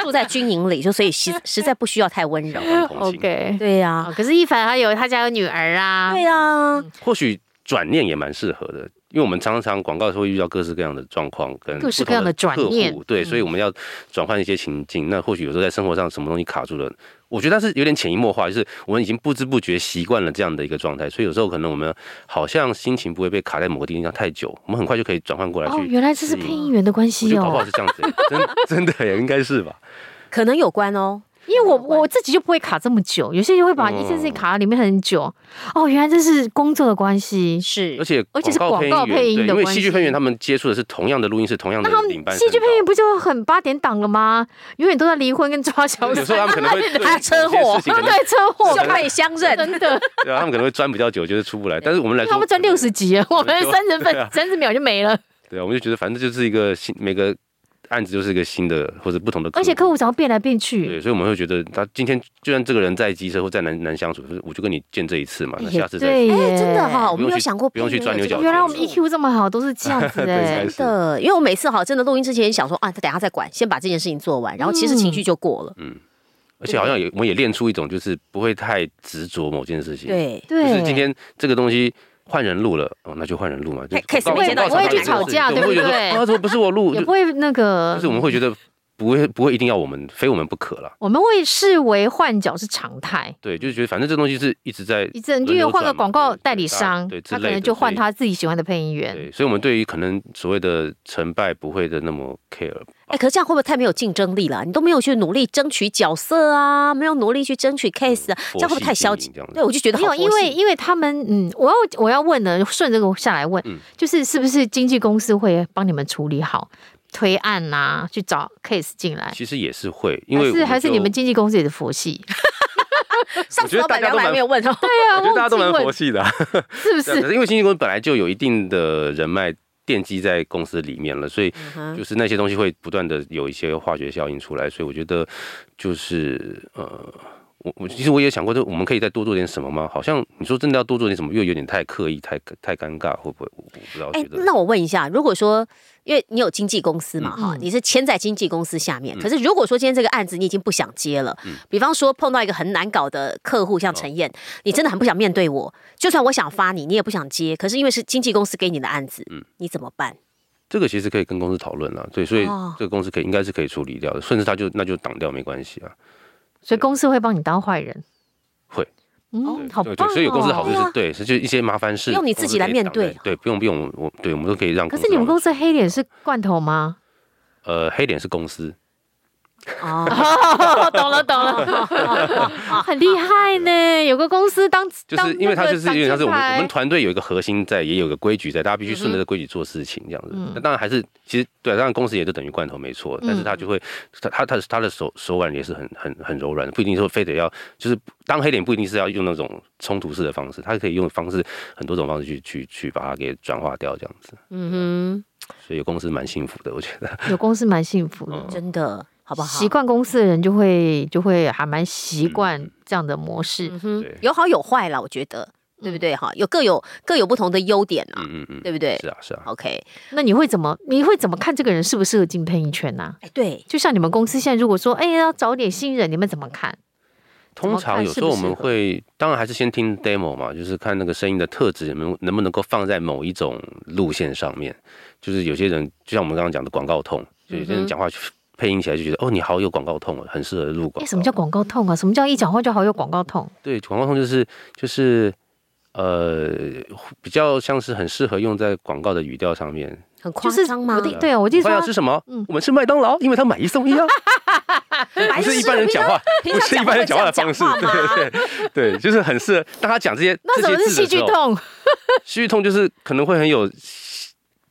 [SPEAKER 2] 住在军营里，就所以实实在不需要太 温柔。
[SPEAKER 3] 两方同情
[SPEAKER 4] OK。
[SPEAKER 2] 对呀、
[SPEAKER 4] 啊，可是一凡他有他家有女儿啊，
[SPEAKER 2] 对呀、
[SPEAKER 3] 或许转念也蛮适合的，因为我们常常广告时候会遇到各式各样的状况跟
[SPEAKER 4] 各式各样的转
[SPEAKER 3] 不同
[SPEAKER 4] 念嗯
[SPEAKER 3] 客户对，所以我们要转换一些情境。那或许有时候在生活上什么东西卡住了，我觉得它是有点潜移默化，就是我们已经不知不觉习惯了这样的一个状态，所以有时候可能我们好像心情不会被卡在某个地方太久，我们很快就可以转换啊过来去。
[SPEAKER 4] 哦，原来这是配音员的关
[SPEAKER 3] 我
[SPEAKER 4] 系
[SPEAKER 3] 觉得搞不
[SPEAKER 4] 哦
[SPEAKER 3] 好，是这样子耶，真真的耶，应该是吧？
[SPEAKER 2] 可能有关哦。
[SPEAKER 4] 因因为我我自己就不会卡这么久，有些人会
[SPEAKER 3] 哦
[SPEAKER 4] 把一件事情卡在里面很久。哦，原来这是工作的关系。
[SPEAKER 2] 是
[SPEAKER 3] 而，且
[SPEAKER 4] 而且是
[SPEAKER 3] 广
[SPEAKER 4] 广告
[SPEAKER 3] 告
[SPEAKER 4] 配
[SPEAKER 3] 配
[SPEAKER 4] 音
[SPEAKER 3] 音员，对，
[SPEAKER 4] 的
[SPEAKER 3] 因为
[SPEAKER 4] 关
[SPEAKER 3] 戏剧
[SPEAKER 4] 系
[SPEAKER 3] 配音员他们接触的是同样的录音室，同样的
[SPEAKER 4] 那他
[SPEAKER 3] 领班
[SPEAKER 4] 们
[SPEAKER 3] 声
[SPEAKER 4] 戏剧
[SPEAKER 3] 道
[SPEAKER 4] 配乐不就很八点档了吗？永远都在离婚跟抓小
[SPEAKER 3] 有时
[SPEAKER 4] 三，
[SPEAKER 3] 候他 们可能会对
[SPEAKER 2] 还车祸
[SPEAKER 3] 某些事情可能
[SPEAKER 4] 对车祸，
[SPEAKER 2] 兄妹相认，
[SPEAKER 4] 真的，
[SPEAKER 3] 对啊，他们可能会钻比较久，就是出不来。但是我们来说，
[SPEAKER 4] 他们赚六十集，我们三
[SPEAKER 3] 对
[SPEAKER 4] 十分
[SPEAKER 3] 啊
[SPEAKER 4] 三十秒就没了。
[SPEAKER 3] 对啊，我们就觉得反正就是一个新每个案子就是一个新的或者不同的，
[SPEAKER 4] 而且客户常常变来变去
[SPEAKER 3] 对，，所以我们会觉得他今天就算这个人再机车或再难难相处，就是我就跟你见这一次嘛，那
[SPEAKER 4] 也
[SPEAKER 3] 下次再
[SPEAKER 4] 对
[SPEAKER 2] 哎、
[SPEAKER 4] 耶，
[SPEAKER 2] 真的哈、我
[SPEAKER 3] 不用
[SPEAKER 2] 没有
[SPEAKER 3] 去
[SPEAKER 2] 想过
[SPEAKER 3] 不用
[SPEAKER 2] 配
[SPEAKER 3] 去
[SPEAKER 2] 音
[SPEAKER 3] 钻
[SPEAKER 2] 有
[SPEAKER 3] 牛
[SPEAKER 2] 这
[SPEAKER 3] 角
[SPEAKER 2] 个
[SPEAKER 3] 尖
[SPEAKER 4] 哦原来我们
[SPEAKER 3] 是
[SPEAKER 4] EQ 这么好，都是这样 子哎
[SPEAKER 3] 对。
[SPEAKER 2] 真的，因为我每次好真的录音之前想说啊，等一下再管，先把这件事情做完，然后其实情绪就过
[SPEAKER 3] 嗯
[SPEAKER 2] 了。
[SPEAKER 3] 而且好像也我们也练出一种就是不会太执着某件事情，，
[SPEAKER 2] 对，
[SPEAKER 3] 就
[SPEAKER 4] 对，
[SPEAKER 3] 是今天这个东西。换人录了哦，那就换人录嘛。就
[SPEAKER 2] 开始
[SPEAKER 3] 广告
[SPEAKER 2] 每天都
[SPEAKER 3] 广告
[SPEAKER 2] 不会
[SPEAKER 3] 常常
[SPEAKER 2] 去
[SPEAKER 3] 有
[SPEAKER 4] 吵架
[SPEAKER 3] 这种
[SPEAKER 4] 对不
[SPEAKER 3] 事情我们会觉
[SPEAKER 4] 对
[SPEAKER 3] 得啊，怎么不是我录？
[SPEAKER 4] 也
[SPEAKER 3] 就
[SPEAKER 4] 不会那个，
[SPEAKER 3] 就是我们会觉得不会不会一定要我们非我们不可啦。
[SPEAKER 4] 我们会视为换角是常态。
[SPEAKER 3] 对，就是觉得反正这东西是一直在
[SPEAKER 4] 一阵，因
[SPEAKER 3] 轮
[SPEAKER 4] 为
[SPEAKER 3] 流
[SPEAKER 4] 换个
[SPEAKER 3] 转嘛
[SPEAKER 4] 广告
[SPEAKER 3] 对
[SPEAKER 4] 代理
[SPEAKER 3] 对大
[SPEAKER 4] 商，
[SPEAKER 3] 对之
[SPEAKER 4] 他可
[SPEAKER 3] 类
[SPEAKER 4] 能
[SPEAKER 3] 的
[SPEAKER 4] 就换
[SPEAKER 3] 所以
[SPEAKER 4] 他自己喜欢的配音员。
[SPEAKER 3] 对，所以我们对于可能所谓的成败不会的那么 care 吧。
[SPEAKER 2] 哎、可是这样会不会太没有竞争力了？你都没有去努力争取角色啊，没有努力去争取 case 啊，这样会不会太消极
[SPEAKER 3] 嗯佛系经营这样？子
[SPEAKER 2] 对，我就觉得
[SPEAKER 4] 没
[SPEAKER 2] 好
[SPEAKER 4] 有，因
[SPEAKER 2] 佛系
[SPEAKER 4] 为因为他们，嗯，我要我要问的，顺着我下来问，
[SPEAKER 3] 嗯
[SPEAKER 4] 就是是不是经纪公司会帮你们处理好推案呐、去找 case 进来，
[SPEAKER 3] 其实也是会，因为
[SPEAKER 4] 还
[SPEAKER 3] 我
[SPEAKER 4] 是还是
[SPEAKER 3] 就
[SPEAKER 4] 你们经纪公司也是佛系，
[SPEAKER 2] 上次老板娘来没有问哦，
[SPEAKER 4] 对啊
[SPEAKER 3] 我觉得大家都蛮
[SPEAKER 4] 忘记
[SPEAKER 3] 佛
[SPEAKER 4] 问
[SPEAKER 3] 系的、啊，
[SPEAKER 4] 是不
[SPEAKER 3] 对啊可
[SPEAKER 4] 是？
[SPEAKER 3] 是因为经纪公司本来就有一定的人脉奠基在公司里面了，所以
[SPEAKER 2] 嗯
[SPEAKER 3] 就是那些东西会不断的有一些化学效应出来，所以我觉得就是呃。我我其实我也想过，这我们可以再多做点什么吗？好像你说真的要多做点什么，又有点太刻意、太太尴尬，会不会？我我不知道，我
[SPEAKER 2] 哎
[SPEAKER 3] 觉，得、
[SPEAKER 2] 那我问一下，如果说，因为你有经纪公司嘛，哈、
[SPEAKER 4] 嗯
[SPEAKER 2] 你是签在经纪公司下
[SPEAKER 3] 嗯
[SPEAKER 2] 面，可是如果说今天这个案子你已经不想接了，比方说碰到一个很难搞的客户，
[SPEAKER 3] 哦
[SPEAKER 2] 像陈燕，你真的很不想面对我，就算我想发你，你也不想接，可是因为是经纪公司给你的案子，
[SPEAKER 3] 嗯
[SPEAKER 2] 你怎么办？
[SPEAKER 3] 这个其实可以跟公司讨论了，对，所以
[SPEAKER 2] 哦
[SPEAKER 3] 这个公司可以应该是可以处理掉的，甚至他就那就挡掉没关系啊。
[SPEAKER 4] 所以公司会帮你当坏人，
[SPEAKER 3] 会，
[SPEAKER 4] 嗯，好
[SPEAKER 3] 对对，
[SPEAKER 4] 棒哦。
[SPEAKER 3] 所以有公司的好处
[SPEAKER 2] 对啊
[SPEAKER 3] 是对，是就一些麻烦事，
[SPEAKER 2] 不用你自己来面对
[SPEAKER 3] 公司可以挡对，不用不用，我对我们都可以让
[SPEAKER 4] 可
[SPEAKER 3] 公司
[SPEAKER 4] 是
[SPEAKER 3] 来。
[SPEAKER 4] 你们公司的黑脸是罐头吗？
[SPEAKER 3] 呃黑脸是公司，
[SPEAKER 2] 哦，
[SPEAKER 4] 哦，懂了懂了， 很厉害呢。有个公司当
[SPEAKER 3] 就是因为它就是有点像是我们我们
[SPEAKER 4] 团
[SPEAKER 3] 团队有一个核心在，也有个规矩在，大家必须顺
[SPEAKER 2] 嗯
[SPEAKER 3] 着这个规矩做事情这样子。那当然还是其实对，当然公司也就等于罐头没错，但
[SPEAKER 2] 嗯
[SPEAKER 3] 是他就会他他他他的手手腕也是很很很柔软的，不一定说非得要就是当黑脸不一定是要用那种冲突式的方式，他可以用方式很多种方式去去去把它给转化掉这样子。
[SPEAKER 2] 嗯
[SPEAKER 3] 所以有公司蛮幸福的，我觉得。
[SPEAKER 4] 有公司蛮幸福的
[SPEAKER 3] 嗯
[SPEAKER 2] 哼，。真的好不好？
[SPEAKER 4] 习惯公司的人就会就会还蛮习惯这样的模式。
[SPEAKER 2] 嗯哼
[SPEAKER 3] 对，
[SPEAKER 2] 有好有坏啦，我觉得，对不
[SPEAKER 4] 嗯
[SPEAKER 2] 对？哈，有各有各有不同的优点啊，
[SPEAKER 3] 嗯嗯嗯，
[SPEAKER 2] 对不对
[SPEAKER 3] 是啊是啊，
[SPEAKER 2] ？OK，
[SPEAKER 4] 那你会怎么你会怎么看这个人适不适合进配音圈呢、
[SPEAKER 2] 哎，对，
[SPEAKER 4] 就像你们公司现在如果说哎要找点新人，你们怎么看？
[SPEAKER 3] 通常有时候我们会，当然还是先听 demo 嘛，就是看那个声音的特质能能不能够放在某一种路线上面。就是有些人，就像我们刚刚讲的广告痛，就有些
[SPEAKER 4] 嗯
[SPEAKER 3] 人讲话配音起来就觉得，哦，你好有广告痛哦，很适合录广
[SPEAKER 4] 哎，
[SPEAKER 3] 告。
[SPEAKER 4] 什么叫广告痛啊？什么叫一讲话就好有广告痛？
[SPEAKER 3] 对广告痛？就是就是呃，比较像是很适合用在广告的语调上面。
[SPEAKER 2] 很
[SPEAKER 4] 就
[SPEAKER 2] 夸
[SPEAKER 4] 是
[SPEAKER 2] 张吗？
[SPEAKER 4] 我的对啊，我就
[SPEAKER 3] 我
[SPEAKER 4] 说
[SPEAKER 3] 要吃什么？我们吃麦当劳，因为它买一送一啊。
[SPEAKER 4] 啊
[SPEAKER 2] 白
[SPEAKER 3] 不
[SPEAKER 2] 痴
[SPEAKER 3] 是一般人讲话，
[SPEAKER 2] 平
[SPEAKER 3] 不
[SPEAKER 2] 常
[SPEAKER 3] 是一般人讲话的方式，
[SPEAKER 2] 讲话会这样讲话
[SPEAKER 3] 对对对，对就是很适合当他讲这些
[SPEAKER 4] 那
[SPEAKER 3] 这
[SPEAKER 4] 什
[SPEAKER 3] 些
[SPEAKER 4] 么是
[SPEAKER 3] 字
[SPEAKER 4] 戏
[SPEAKER 3] 的
[SPEAKER 4] 剧
[SPEAKER 3] 时候，哦
[SPEAKER 4] 痛？
[SPEAKER 3] 戏剧痛就是可能会很有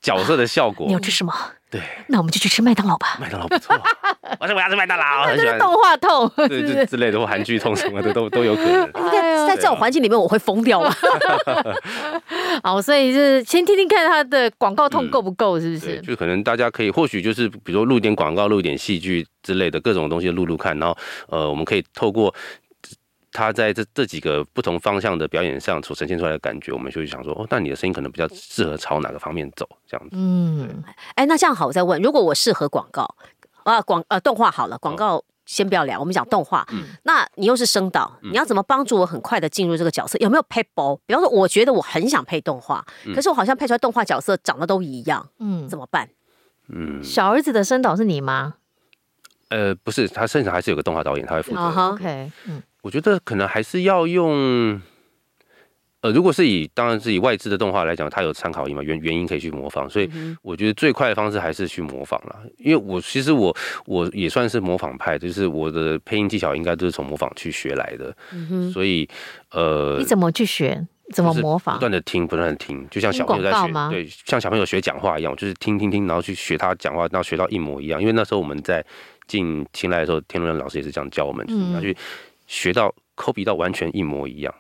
[SPEAKER 3] 角色的效果
[SPEAKER 4] 你要。吃什么？
[SPEAKER 3] 对，
[SPEAKER 4] 那我们就去吃麦当劳吧。
[SPEAKER 3] 麦当劳不错， 而且我要吃麦当劳，很
[SPEAKER 4] 这
[SPEAKER 3] 喜
[SPEAKER 4] 是
[SPEAKER 3] 欢，
[SPEAKER 4] 动画痛，
[SPEAKER 3] 对对之类的，或韩剧痛什么的都都有可能。
[SPEAKER 2] 应
[SPEAKER 4] 哎
[SPEAKER 2] 该在这种环境里面，我会疯 掉吧？
[SPEAKER 4] 好，所以就是先听听看他的广告痛够不够，是不
[SPEAKER 3] 对，
[SPEAKER 4] 是？
[SPEAKER 3] 就可能大家可以，或许就是比如说录一点广告，录一点戏剧之类的各种东西录录看，然后呃，我们可以透过他在这这几个不同方向的表演上所呈现出来的感觉，我们就会想说，哦，那你的声音可能比较适合朝哪个方面走，这样子。
[SPEAKER 4] 嗯，
[SPEAKER 2] 哎，那这样好，我再问，如果我适合广告啊，广呃动画好了，
[SPEAKER 3] 哦
[SPEAKER 2] 广告先不要聊，我们讲动画。
[SPEAKER 3] 嗯
[SPEAKER 2] 那你又是声导，你要怎么帮助我很快的进入这个角色？有没有配包？比方说，我觉得我很想配动画，可是我好像配出来动画角色长得都一样，
[SPEAKER 4] 嗯
[SPEAKER 2] 怎么办？
[SPEAKER 3] 嗯，
[SPEAKER 4] 小儿子的声导是你吗
[SPEAKER 3] 呃，不是，他甚至还是
[SPEAKER 2] 啊
[SPEAKER 3] 有哦个动画导演，他会负责。
[SPEAKER 2] 啊哈
[SPEAKER 4] ？OK，嗯，
[SPEAKER 3] 我觉得可能还是要用，呃，如果是以当然是以外资的动画来讲，它有参考音嘛，原原因可以去模仿，所以我觉得最快的方式还是去模仿啦。因为我其实我我也算是模仿派，就是我的配音技巧应该都是从模仿去学来的，所以呃，
[SPEAKER 4] 你怎么去学？怎么
[SPEAKER 3] 就是
[SPEAKER 4] 模
[SPEAKER 3] 不
[SPEAKER 4] 仿？
[SPEAKER 3] 断的听，不断的听，就像
[SPEAKER 4] 听
[SPEAKER 3] 小朋友在
[SPEAKER 4] 广告
[SPEAKER 3] 学
[SPEAKER 4] 吗，
[SPEAKER 3] 对，像小朋友学讲话一样，就是听听听，然后去学他讲话，然后学到一模一样。因为那时候我们在进青睐的时候，天伦老师也是这样教我们，就是
[SPEAKER 4] 嗯
[SPEAKER 3] 你要去学到 copy 到完全一模一样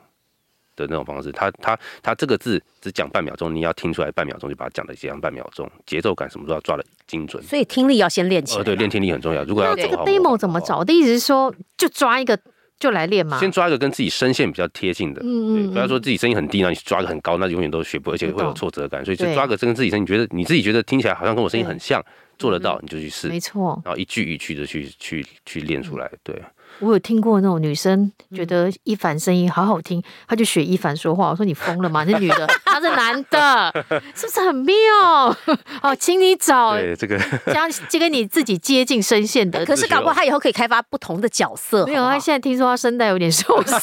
[SPEAKER 3] 的那种方式。他他他这个字只讲半秒钟，你要听出来半秒钟，就把它讲的这样半秒钟，节奏感什么都要抓的精准。
[SPEAKER 2] 所以听力要先练起来。
[SPEAKER 3] 呃，对，练听力很重要。如果要
[SPEAKER 4] 那这个
[SPEAKER 3] 走好模仿
[SPEAKER 4] demo
[SPEAKER 3] 的
[SPEAKER 4] 怎么
[SPEAKER 3] 话
[SPEAKER 4] 找？我的意思是说，就抓一个就来练嘛。
[SPEAKER 3] 先抓一个跟自己声线比较贴近的，
[SPEAKER 4] 嗯
[SPEAKER 3] 对，
[SPEAKER 4] 嗯
[SPEAKER 3] 不要说自己声音很低，然后你抓个很高，那永远都学不会，而且
[SPEAKER 4] 我懂
[SPEAKER 3] 会有挫折感。所以就
[SPEAKER 4] 对
[SPEAKER 3] 抓个跟自己声音，你觉得你自己觉得听起来好像跟我声音很像，做得到你就去试，
[SPEAKER 4] 嗯没错，
[SPEAKER 3] 然后一句一句的去去去练出来。对，
[SPEAKER 4] 我有听过那种女生觉得一凡声音好好听，她就学一凡说话。我说你疯了吗？那女的，她是男的，是不是很妙？哦，请你找
[SPEAKER 3] 对，这个
[SPEAKER 4] 加这跟你自己接近声线的。
[SPEAKER 2] 可是搞不
[SPEAKER 3] 哦
[SPEAKER 2] 好他以后可以开发不同的角色。
[SPEAKER 4] 没有，啊
[SPEAKER 2] 好不好
[SPEAKER 4] 她现在听说她声带有点 受伤。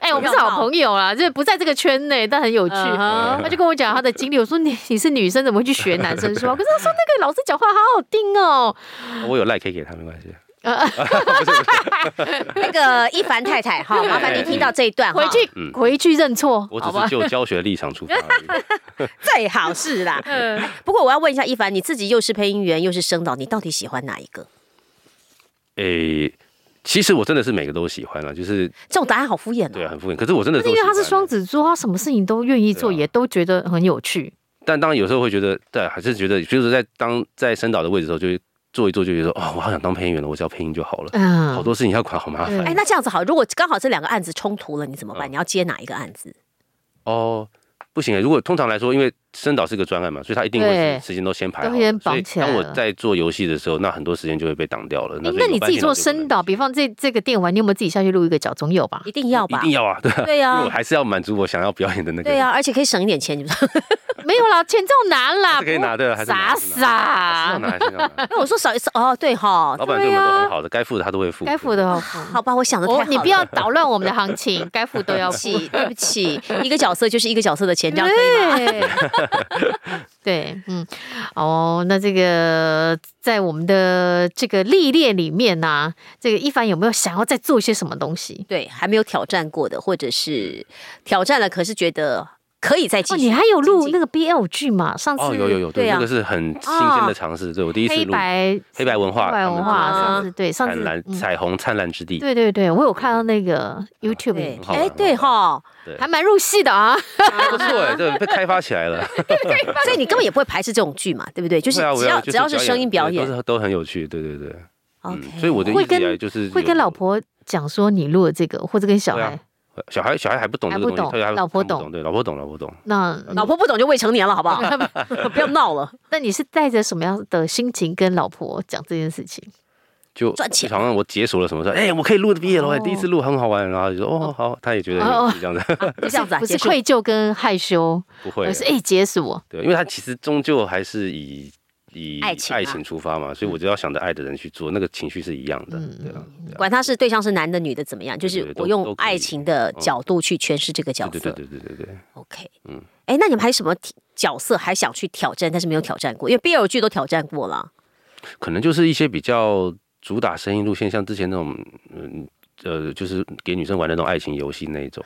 [SPEAKER 4] 哎、我们是好朋友啦，就是不在这个圈内，但很有趣。
[SPEAKER 2] 嗯哼
[SPEAKER 4] 他就跟我讲他的经历，我说你你是女生，怎么会去学男生 说话？可是他说那个老师讲话好好听哦。
[SPEAKER 3] 我有赖可以给他，没关系。
[SPEAKER 2] 那 个一凡太太哈，麻烦您听到这一段哈
[SPEAKER 4] 回去、
[SPEAKER 3] 嗯
[SPEAKER 4] 回去认错，
[SPEAKER 3] 我只
[SPEAKER 4] 好吧
[SPEAKER 3] 是？就教学的立场出发而 已。
[SPEAKER 2] 最好是啦。哎
[SPEAKER 4] 嗯，
[SPEAKER 2] 不过我要问一下一凡，你自己又是配音员又是声导，你到底喜欢哪一个？
[SPEAKER 3] 诶、其实我真的是每个都喜欢了，啊就是
[SPEAKER 2] 这种答案好敷衍
[SPEAKER 3] 对，啊
[SPEAKER 2] 哦。
[SPEAKER 3] 很敷衍。可是我真的
[SPEAKER 4] 但
[SPEAKER 3] 都
[SPEAKER 4] 嗯是因为他是
[SPEAKER 3] 喜欢啊
[SPEAKER 4] 双子座，他什么事情都愿意做，
[SPEAKER 3] 对啊
[SPEAKER 4] 也都觉得很有趣。
[SPEAKER 3] 但当然有时候会觉得，对，啊还是觉得，就是在当在深岛的位置的时候，就会做一做，就觉得说，哦，我好想当配音员了，我只要配音就好了。
[SPEAKER 4] 嗯，
[SPEAKER 3] 好多事情要管，好麻
[SPEAKER 4] 对
[SPEAKER 3] 烦
[SPEAKER 2] 哎，那这样子好，如果刚好这两个案子冲突了，你怎么办？你要接哪一个案子？
[SPEAKER 3] 哦。不行，如果通常来说，因为深岛是个专案嘛，所以他一定会
[SPEAKER 4] 对
[SPEAKER 3] 时间都先排
[SPEAKER 4] 都
[SPEAKER 3] 好
[SPEAKER 4] 先
[SPEAKER 3] 的。所以
[SPEAKER 4] 绑起来
[SPEAKER 3] 当我
[SPEAKER 4] 了
[SPEAKER 3] 在做游戏的时候，那很多时间就会被挡掉了。
[SPEAKER 4] 哎
[SPEAKER 3] 所以
[SPEAKER 4] 那你
[SPEAKER 3] 有半
[SPEAKER 4] 自己
[SPEAKER 3] 天
[SPEAKER 4] 做
[SPEAKER 3] 老师就不
[SPEAKER 4] 声
[SPEAKER 3] 能
[SPEAKER 4] 导，比方这这个电玩，你有没有自己下去录一个角？总有 吧？
[SPEAKER 2] 一定要吧
[SPEAKER 3] 一？定要啊，对啊，
[SPEAKER 2] 对
[SPEAKER 3] 因为我
[SPEAKER 2] 呀，
[SPEAKER 3] 还是要满足我想要表演的那个。
[SPEAKER 2] 对
[SPEAKER 4] 啊
[SPEAKER 2] 呀，而且可以省一点钱， 你知道吗？
[SPEAKER 4] 没有啦，钱照拿啦，
[SPEAKER 3] 还是可以拿的，还是拿
[SPEAKER 4] 傻
[SPEAKER 3] 还是拿还是要拿
[SPEAKER 4] 傻，
[SPEAKER 3] 还是要拿
[SPEAKER 2] 因 为我说少一少哦，对哈
[SPEAKER 3] 老，板对我们都很好的，该付的他都会付。
[SPEAKER 4] 啊该付的哦。
[SPEAKER 2] 好吧，我想的太好
[SPEAKER 4] 哦
[SPEAKER 2] 了，
[SPEAKER 4] 你不要捣乱我们的行情，该付都要
[SPEAKER 2] 对不
[SPEAKER 4] 付。
[SPEAKER 2] 起，对不起，一个角色就是一个角色的钱，这样可以吗？
[SPEAKER 4] 对 对，嗯，哦，那这个在我们的这个历练里面呢、这个一凡有没有想要再做一些什么东西？
[SPEAKER 2] 对，还没有挑战过的，或者是挑战了，可是觉得可以再继
[SPEAKER 4] 哦，
[SPEAKER 2] 续。
[SPEAKER 4] 你还有录
[SPEAKER 2] 精进
[SPEAKER 4] 那个 BL 剧嘛？上次
[SPEAKER 3] 哦，有有有，对，
[SPEAKER 2] 对啊
[SPEAKER 3] 那个是很新鲜的尝试，对我第一次
[SPEAKER 4] 啊黑
[SPEAKER 3] 录
[SPEAKER 4] 白
[SPEAKER 3] 黑白文化，
[SPEAKER 4] 黑白文化，
[SPEAKER 2] 他们
[SPEAKER 4] 上次对上次
[SPEAKER 3] 灿烂
[SPEAKER 4] 嗯
[SPEAKER 3] 彩虹灿烂之地，
[SPEAKER 4] 对对对，我有看到那
[SPEAKER 3] 啊
[SPEAKER 4] 个 YouTube，
[SPEAKER 2] 对
[SPEAKER 4] 影
[SPEAKER 3] 很，好玩
[SPEAKER 2] 哎，对哈，
[SPEAKER 3] 对
[SPEAKER 4] 还蛮入戏的啊。
[SPEAKER 3] 不错哎，这被开发起来了。
[SPEAKER 2] 所以你根本也不会排斥这种剧嘛，对不对？就是
[SPEAKER 3] 对啊
[SPEAKER 2] 只
[SPEAKER 3] 我
[SPEAKER 2] 要
[SPEAKER 3] 就
[SPEAKER 2] 只要是嗯
[SPEAKER 3] 表
[SPEAKER 2] 声音表演
[SPEAKER 3] 对都是都很有趣，对对对。
[SPEAKER 2] ，OK。
[SPEAKER 3] 嗯所以我的
[SPEAKER 4] 会
[SPEAKER 3] 一直以
[SPEAKER 4] 跟
[SPEAKER 3] 来就是
[SPEAKER 4] 会
[SPEAKER 3] 有
[SPEAKER 4] 跟老婆讲说你录了这个，或者跟小
[SPEAKER 3] 对啊
[SPEAKER 4] 孩，
[SPEAKER 3] 小孩小孩还不懂
[SPEAKER 4] 还
[SPEAKER 3] 这个
[SPEAKER 4] 不
[SPEAKER 3] 东
[SPEAKER 4] 懂
[SPEAKER 3] 西，他还
[SPEAKER 4] 老婆
[SPEAKER 3] 看不
[SPEAKER 4] 懂
[SPEAKER 3] 对，老婆懂，老婆懂。
[SPEAKER 4] 那
[SPEAKER 2] 老婆不懂就未成年了，好不 好？不要闹了。
[SPEAKER 4] 那你是带着什么样的心情跟老婆讲这件事情？
[SPEAKER 3] 就
[SPEAKER 2] 赚钱
[SPEAKER 3] 好像我解锁了什么事，哎，我可以录的毕业了，哎
[SPEAKER 4] 哦
[SPEAKER 3] 第一次录很好玩，然后就说哦好，他也觉得很有趣这样子，
[SPEAKER 2] 就这样子啊，
[SPEAKER 4] 不是
[SPEAKER 2] 结束
[SPEAKER 4] 愧疚跟害羞，
[SPEAKER 3] 不会啊
[SPEAKER 4] 而，是哎解锁。
[SPEAKER 3] 对，因为他其实终究还是以以
[SPEAKER 2] 爱情啊
[SPEAKER 3] 爱情出发嘛，
[SPEAKER 4] 嗯
[SPEAKER 3] 所以我就要想着爱的人去做，那个情绪是一样的，对啊，对啊
[SPEAKER 2] 管他是对象是男的女的怎么样，就
[SPEAKER 3] 对
[SPEAKER 2] 是
[SPEAKER 3] 对都
[SPEAKER 2] 我
[SPEAKER 3] 都
[SPEAKER 2] 用
[SPEAKER 3] 可以哦
[SPEAKER 2] 爱情的角度去诠释这
[SPEAKER 4] 嗯
[SPEAKER 2] 个角
[SPEAKER 3] 对对
[SPEAKER 2] 色。
[SPEAKER 3] 对对对对对。
[SPEAKER 2] OK，嗯
[SPEAKER 3] 嗯，
[SPEAKER 2] 哎，那你们还有什么体角色还想去挑战，但是没有挑战过？因为 BL 剧都挑战过了，
[SPEAKER 3] 可能就是一些比较主打声音路线，像之前那种，嗯呃，就是给女生玩的那种爱情游戏那一种。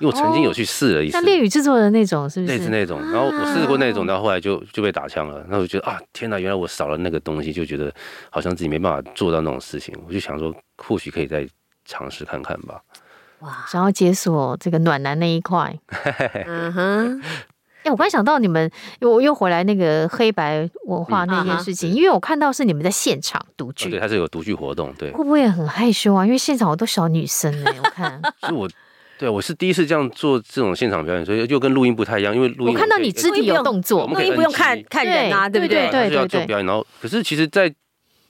[SPEAKER 3] 因为我曾经有去试了一次，
[SPEAKER 4] 像恋与制作的哦那种，是不
[SPEAKER 3] 类似
[SPEAKER 4] 是？
[SPEAKER 3] 那种，然后我试过那
[SPEAKER 4] 啊
[SPEAKER 3] 种，然后后来就就被打枪了。然后我觉得啊，天哪，原来我少了那个东西，就觉得好像自己没办法做到那种事情。我就想说，或许可以再尝试看看吧。哦
[SPEAKER 2] 哇，
[SPEAKER 4] 想要解锁这个暖男那一块。
[SPEAKER 2] 嗯哼，
[SPEAKER 4] 哎，我刚想到你们，我又回来那个黑白文
[SPEAKER 3] 嗯
[SPEAKER 4] 化那件事情，因为我看到是你们在现场独
[SPEAKER 3] 啊哦
[SPEAKER 4] 居
[SPEAKER 3] 对，，它是有独剧活动，对，
[SPEAKER 4] 会不会很害羞啊？因为现场有多少女生呢？我看
[SPEAKER 3] 所以我。对，啊我是第一次这样做这种现场表演，所以又跟录音不太一样，因为录
[SPEAKER 4] 我
[SPEAKER 3] 音
[SPEAKER 4] 看到
[SPEAKER 3] 可以
[SPEAKER 4] 你肢体有动
[SPEAKER 3] 我
[SPEAKER 4] 作
[SPEAKER 3] 们，
[SPEAKER 2] 录
[SPEAKER 3] 可以
[SPEAKER 2] 音不用看
[SPEAKER 3] 分析
[SPEAKER 2] 看人啊，对不对
[SPEAKER 3] 对？他是要
[SPEAKER 4] 对
[SPEAKER 3] 做
[SPEAKER 4] 对
[SPEAKER 3] 表演，然后可是其实，在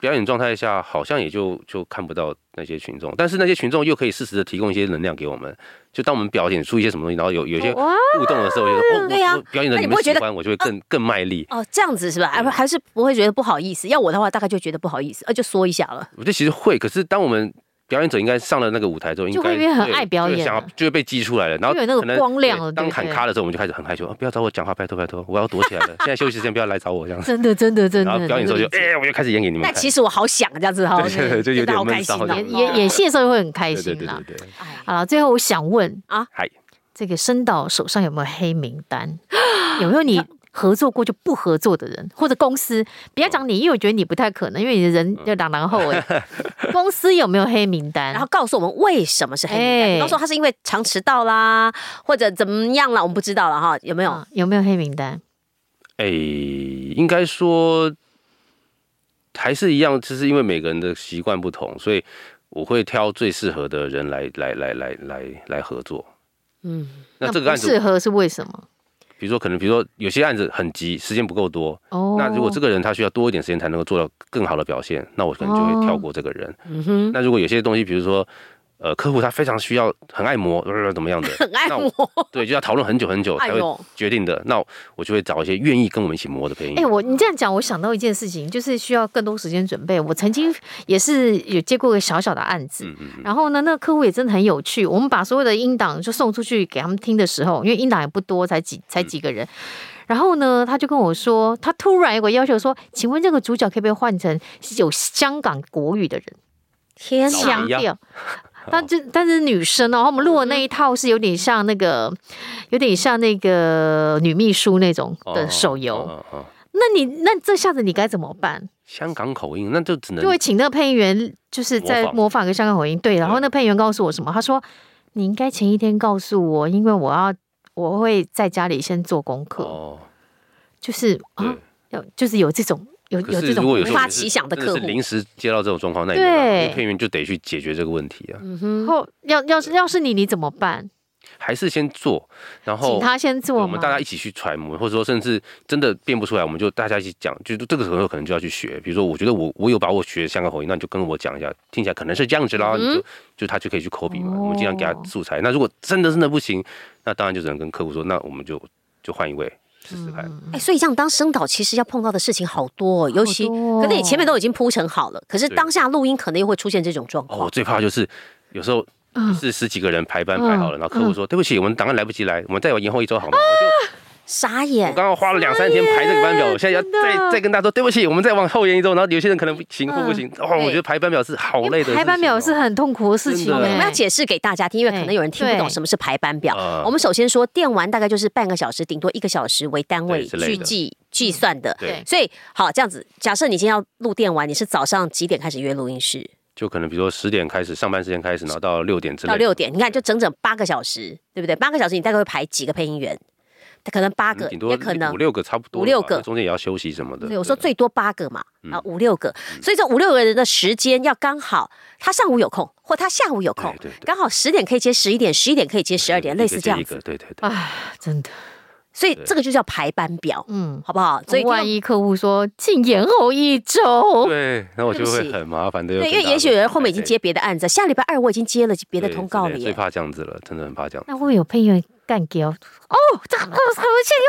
[SPEAKER 3] 表演状态下，好像也就就看不到那些群众，但是那些群众又可以适时的提供一些能量给我们。就当我们表演出一些什么东西，然后有有一些
[SPEAKER 4] 哇
[SPEAKER 3] 互动的时候，我就觉得哦，
[SPEAKER 2] 对呀
[SPEAKER 3] 我我表演的
[SPEAKER 2] 那你
[SPEAKER 3] 你
[SPEAKER 2] 不
[SPEAKER 3] 们
[SPEAKER 2] 会觉
[SPEAKER 3] 喜
[SPEAKER 2] 得
[SPEAKER 3] 欢，我就会更更卖力。
[SPEAKER 2] 哦，这样子是吧？哎，不还是不会觉得不好意思。要我的话，大概就觉得不好意思，呃，就说一下了。
[SPEAKER 3] 我觉得其实会，可是当我们表演者应该上了那个舞台之后，应
[SPEAKER 4] 就会
[SPEAKER 3] 该
[SPEAKER 4] 变很
[SPEAKER 3] 对
[SPEAKER 4] 爱表
[SPEAKER 3] 就会
[SPEAKER 4] 演
[SPEAKER 3] 想要
[SPEAKER 4] 了
[SPEAKER 3] 就会被激出来了，然后
[SPEAKER 4] 因为有那个
[SPEAKER 3] 可能
[SPEAKER 4] 光亮
[SPEAKER 3] 对
[SPEAKER 4] 了对
[SPEAKER 3] 当
[SPEAKER 4] 不
[SPEAKER 3] 喊
[SPEAKER 4] 对
[SPEAKER 3] 卡的时候，我们就开始很害羞，啊不要找我讲话，拜托拜托，我要躲起来了。现在休息时间不要来找我这样子。
[SPEAKER 4] 真的真的真
[SPEAKER 3] 然后
[SPEAKER 4] 的。
[SPEAKER 3] 表演的时候就哎、我就开始演给你们
[SPEAKER 2] 但
[SPEAKER 3] 看。
[SPEAKER 2] 其实我好想这样子哈，
[SPEAKER 3] 对对对就有
[SPEAKER 2] 觉得
[SPEAKER 3] 点
[SPEAKER 2] 好开
[SPEAKER 3] 闷
[SPEAKER 2] 心
[SPEAKER 3] 骚
[SPEAKER 2] 哦。
[SPEAKER 3] 这
[SPEAKER 4] 演
[SPEAKER 3] 样
[SPEAKER 4] 演 演戏的时候会很开
[SPEAKER 3] 对对
[SPEAKER 4] 心
[SPEAKER 3] 对
[SPEAKER 4] 啦。
[SPEAKER 3] 对对，
[SPEAKER 4] 好了，最后我想问，
[SPEAKER 3] 嗨，
[SPEAKER 4] 这个申导手上有没有黑名单？ 有没有你合作过就不合作的人，或者公司？不要讲你，因为我觉得你不太可能，因为你的人就朗朗后 哎、公司有没有黑名单？
[SPEAKER 2] 然后告诉我们为什么是黑名单，
[SPEAKER 4] 哎
[SPEAKER 2] 比方说他是因为常迟到啦，或者怎么样啦，我们不知道了哈，有没有？
[SPEAKER 4] 嗯有没有黑名单？
[SPEAKER 3] 哎、应该说还是一样，就是因为每个人的习惯不同，所以我会挑最适合的人来来来来来来合作。嗯，那这个案
[SPEAKER 4] 不适
[SPEAKER 3] 子，
[SPEAKER 4] 合是为什么？
[SPEAKER 3] 比如说可能，比如说有些案子很急，时间不够多，
[SPEAKER 4] 哦，
[SPEAKER 3] 那如果这个人他需要多一点时间才能够做到更好的表现，那我可能就会跳过这个人。那如果有些东西，比如说呃，客户他非常需要很爱磨，呃怎么样的，
[SPEAKER 2] 很爱
[SPEAKER 3] 那
[SPEAKER 2] 我，
[SPEAKER 3] 对，就要讨论很久很久
[SPEAKER 2] 哎
[SPEAKER 3] 才会
[SPEAKER 2] 呦
[SPEAKER 3] 决定的。那我就会找一些愿意跟我们一起磨的配音
[SPEAKER 4] 哎、。我你这样讲，我想到一件事情，就是需要更多时间准备。我曾经也是有接过一个小小的案
[SPEAKER 3] 嗯
[SPEAKER 4] 子，然后呢，那个客户也真的很有趣。我们把所有的音档就送出去给他们听的时候，因为音档也不多，才几
[SPEAKER 3] 嗯
[SPEAKER 4] 才几个人。然后呢，他就跟我说，他突然有个要求说，请问这个主角可不可以换成有香港国语的人？
[SPEAKER 2] 天
[SPEAKER 3] 老哦
[SPEAKER 2] 哪
[SPEAKER 3] 人！
[SPEAKER 4] 强调。但这但是女生哦，然后我们录的那一套是有点像那个，有点像那个女秘书那种的手游。
[SPEAKER 3] 哦哦哦哦
[SPEAKER 4] 那你那这下子你该怎么办？
[SPEAKER 3] 香港口音，那就只能
[SPEAKER 4] 就会请那个配音员，就是在
[SPEAKER 3] 嗯模仿
[SPEAKER 4] 模仿个香港口音。对，然后那配音员告诉我什么？他说：“你应该前一天告诉我，因为我要我会在家里先做功课。
[SPEAKER 3] 哦。
[SPEAKER 4] 就是啊
[SPEAKER 3] 对，，
[SPEAKER 4] 有就是有这种有
[SPEAKER 3] 可
[SPEAKER 4] 有
[SPEAKER 3] 是
[SPEAKER 4] 这
[SPEAKER 3] 如果有时
[SPEAKER 4] 种。
[SPEAKER 3] 候
[SPEAKER 2] 发
[SPEAKER 3] 你是
[SPEAKER 2] 起想的
[SPEAKER 3] 真的
[SPEAKER 2] 客
[SPEAKER 3] 是
[SPEAKER 2] 户
[SPEAKER 3] 临时接到这种状况，那也没办法
[SPEAKER 4] 对
[SPEAKER 3] 因为配音员就得去解决这个问题啊。
[SPEAKER 2] 嗯
[SPEAKER 4] 然后要要是要是你，你怎么办？
[SPEAKER 3] 还是先做，然后
[SPEAKER 4] 请他先
[SPEAKER 3] 对
[SPEAKER 4] 做
[SPEAKER 3] 我
[SPEAKER 4] 吗
[SPEAKER 3] 们？大家一起去揣摩，或者说甚至真的变不出来，我们就大家一起讲，就这个时候可能就要去学。比如说，我觉得我我有把握学香港口音，那你就跟我讲一下，听起来可能是这样子啦，你就就他就可以去抠笔嘛。
[SPEAKER 4] 嗯哦
[SPEAKER 3] 我们尽量给他素材。那如果真的真的不行，那当然就只能跟客户说，那我们就就换一位试试看。
[SPEAKER 4] 嗯
[SPEAKER 2] 哎，所以这样当声导其实要碰到的事情好多、哦，尤其、
[SPEAKER 4] 好多哦
[SPEAKER 2] 可能你前面都已经铺陈好了，可是
[SPEAKER 3] 对
[SPEAKER 2] 当下录音可能又会出现这种状
[SPEAKER 3] 哦，
[SPEAKER 2] 况。
[SPEAKER 3] 我最怕就是有时候。
[SPEAKER 4] 嗯
[SPEAKER 2] 嗯
[SPEAKER 3] 是十几个人排班排好了，然后客户说：“对不起，我们档案来不及来，我们再延后一周好吗？”我就
[SPEAKER 2] 傻
[SPEAKER 3] 我
[SPEAKER 2] 眼，
[SPEAKER 3] 刚刚花了两三天排这个班
[SPEAKER 2] 哎
[SPEAKER 3] 表，我现在要
[SPEAKER 4] 真的
[SPEAKER 3] 再再跟大家说对不起，我们再往后延一周。然后有些人可能不行或不行，哦，
[SPEAKER 2] 对
[SPEAKER 3] 我觉得排班表是好
[SPEAKER 4] 因
[SPEAKER 3] 累
[SPEAKER 4] 为
[SPEAKER 2] 哎
[SPEAKER 3] 的。哦
[SPEAKER 4] 排班表是。很痛苦的事
[SPEAKER 3] 真
[SPEAKER 4] 情
[SPEAKER 3] 的
[SPEAKER 4] 欸。
[SPEAKER 2] 我们要解释给大家听，因为可能有人听不懂
[SPEAKER 4] 对
[SPEAKER 2] 什么是排班表。
[SPEAKER 3] 嗯
[SPEAKER 2] 我们首先说，电玩大概就是半个小时，顶多一个小时为单位
[SPEAKER 3] 对之类
[SPEAKER 2] 去
[SPEAKER 3] 的嗯
[SPEAKER 2] 计计算的。
[SPEAKER 3] 对，
[SPEAKER 2] 所以好，这样子，假设你今天要录电玩，你是早上几点开始约录音室？
[SPEAKER 3] 就可能比如说十点开始上班时间开始，然后到六点之类
[SPEAKER 2] 到
[SPEAKER 3] 的。嗯
[SPEAKER 2] 六点，你看就整整八个小时，对不对？八个小时你大概会排几个配音员？可能八
[SPEAKER 3] 嗯
[SPEAKER 2] 个，
[SPEAKER 3] 顶多
[SPEAKER 2] 也可能
[SPEAKER 3] 五六个差不多吧，
[SPEAKER 2] 五六个
[SPEAKER 3] 那中间也要休息什么的。
[SPEAKER 2] 对，我说最多八个嘛，
[SPEAKER 3] 嗯
[SPEAKER 2] 啊，五六个，所以这五六个人的时间要刚好，他上午有空，或他下午有空
[SPEAKER 3] 哎对对，对哎
[SPEAKER 2] 刚好十点可以接十一点，十一点可以接十二点，类似这样
[SPEAKER 3] 一个
[SPEAKER 2] 子，
[SPEAKER 3] 接一个对对对，
[SPEAKER 4] 哎，真的，
[SPEAKER 2] 所以这个就叫排班表，
[SPEAKER 4] 嗯。
[SPEAKER 2] 好不好？所以
[SPEAKER 4] 万
[SPEAKER 2] 一
[SPEAKER 4] 一客户说请延后一周，
[SPEAKER 3] 对，那我就
[SPEAKER 2] 对不
[SPEAKER 3] 会
[SPEAKER 2] 起
[SPEAKER 3] 很麻烦的。
[SPEAKER 2] 对，因为也许有人后面已经接别的案子，下礼拜二我已经接了别的通告了
[SPEAKER 3] 哎对之类最
[SPEAKER 2] 耶，
[SPEAKER 3] 怕这样子了，真的很怕这样。
[SPEAKER 4] 那会不会有配音员干掉？哦，这个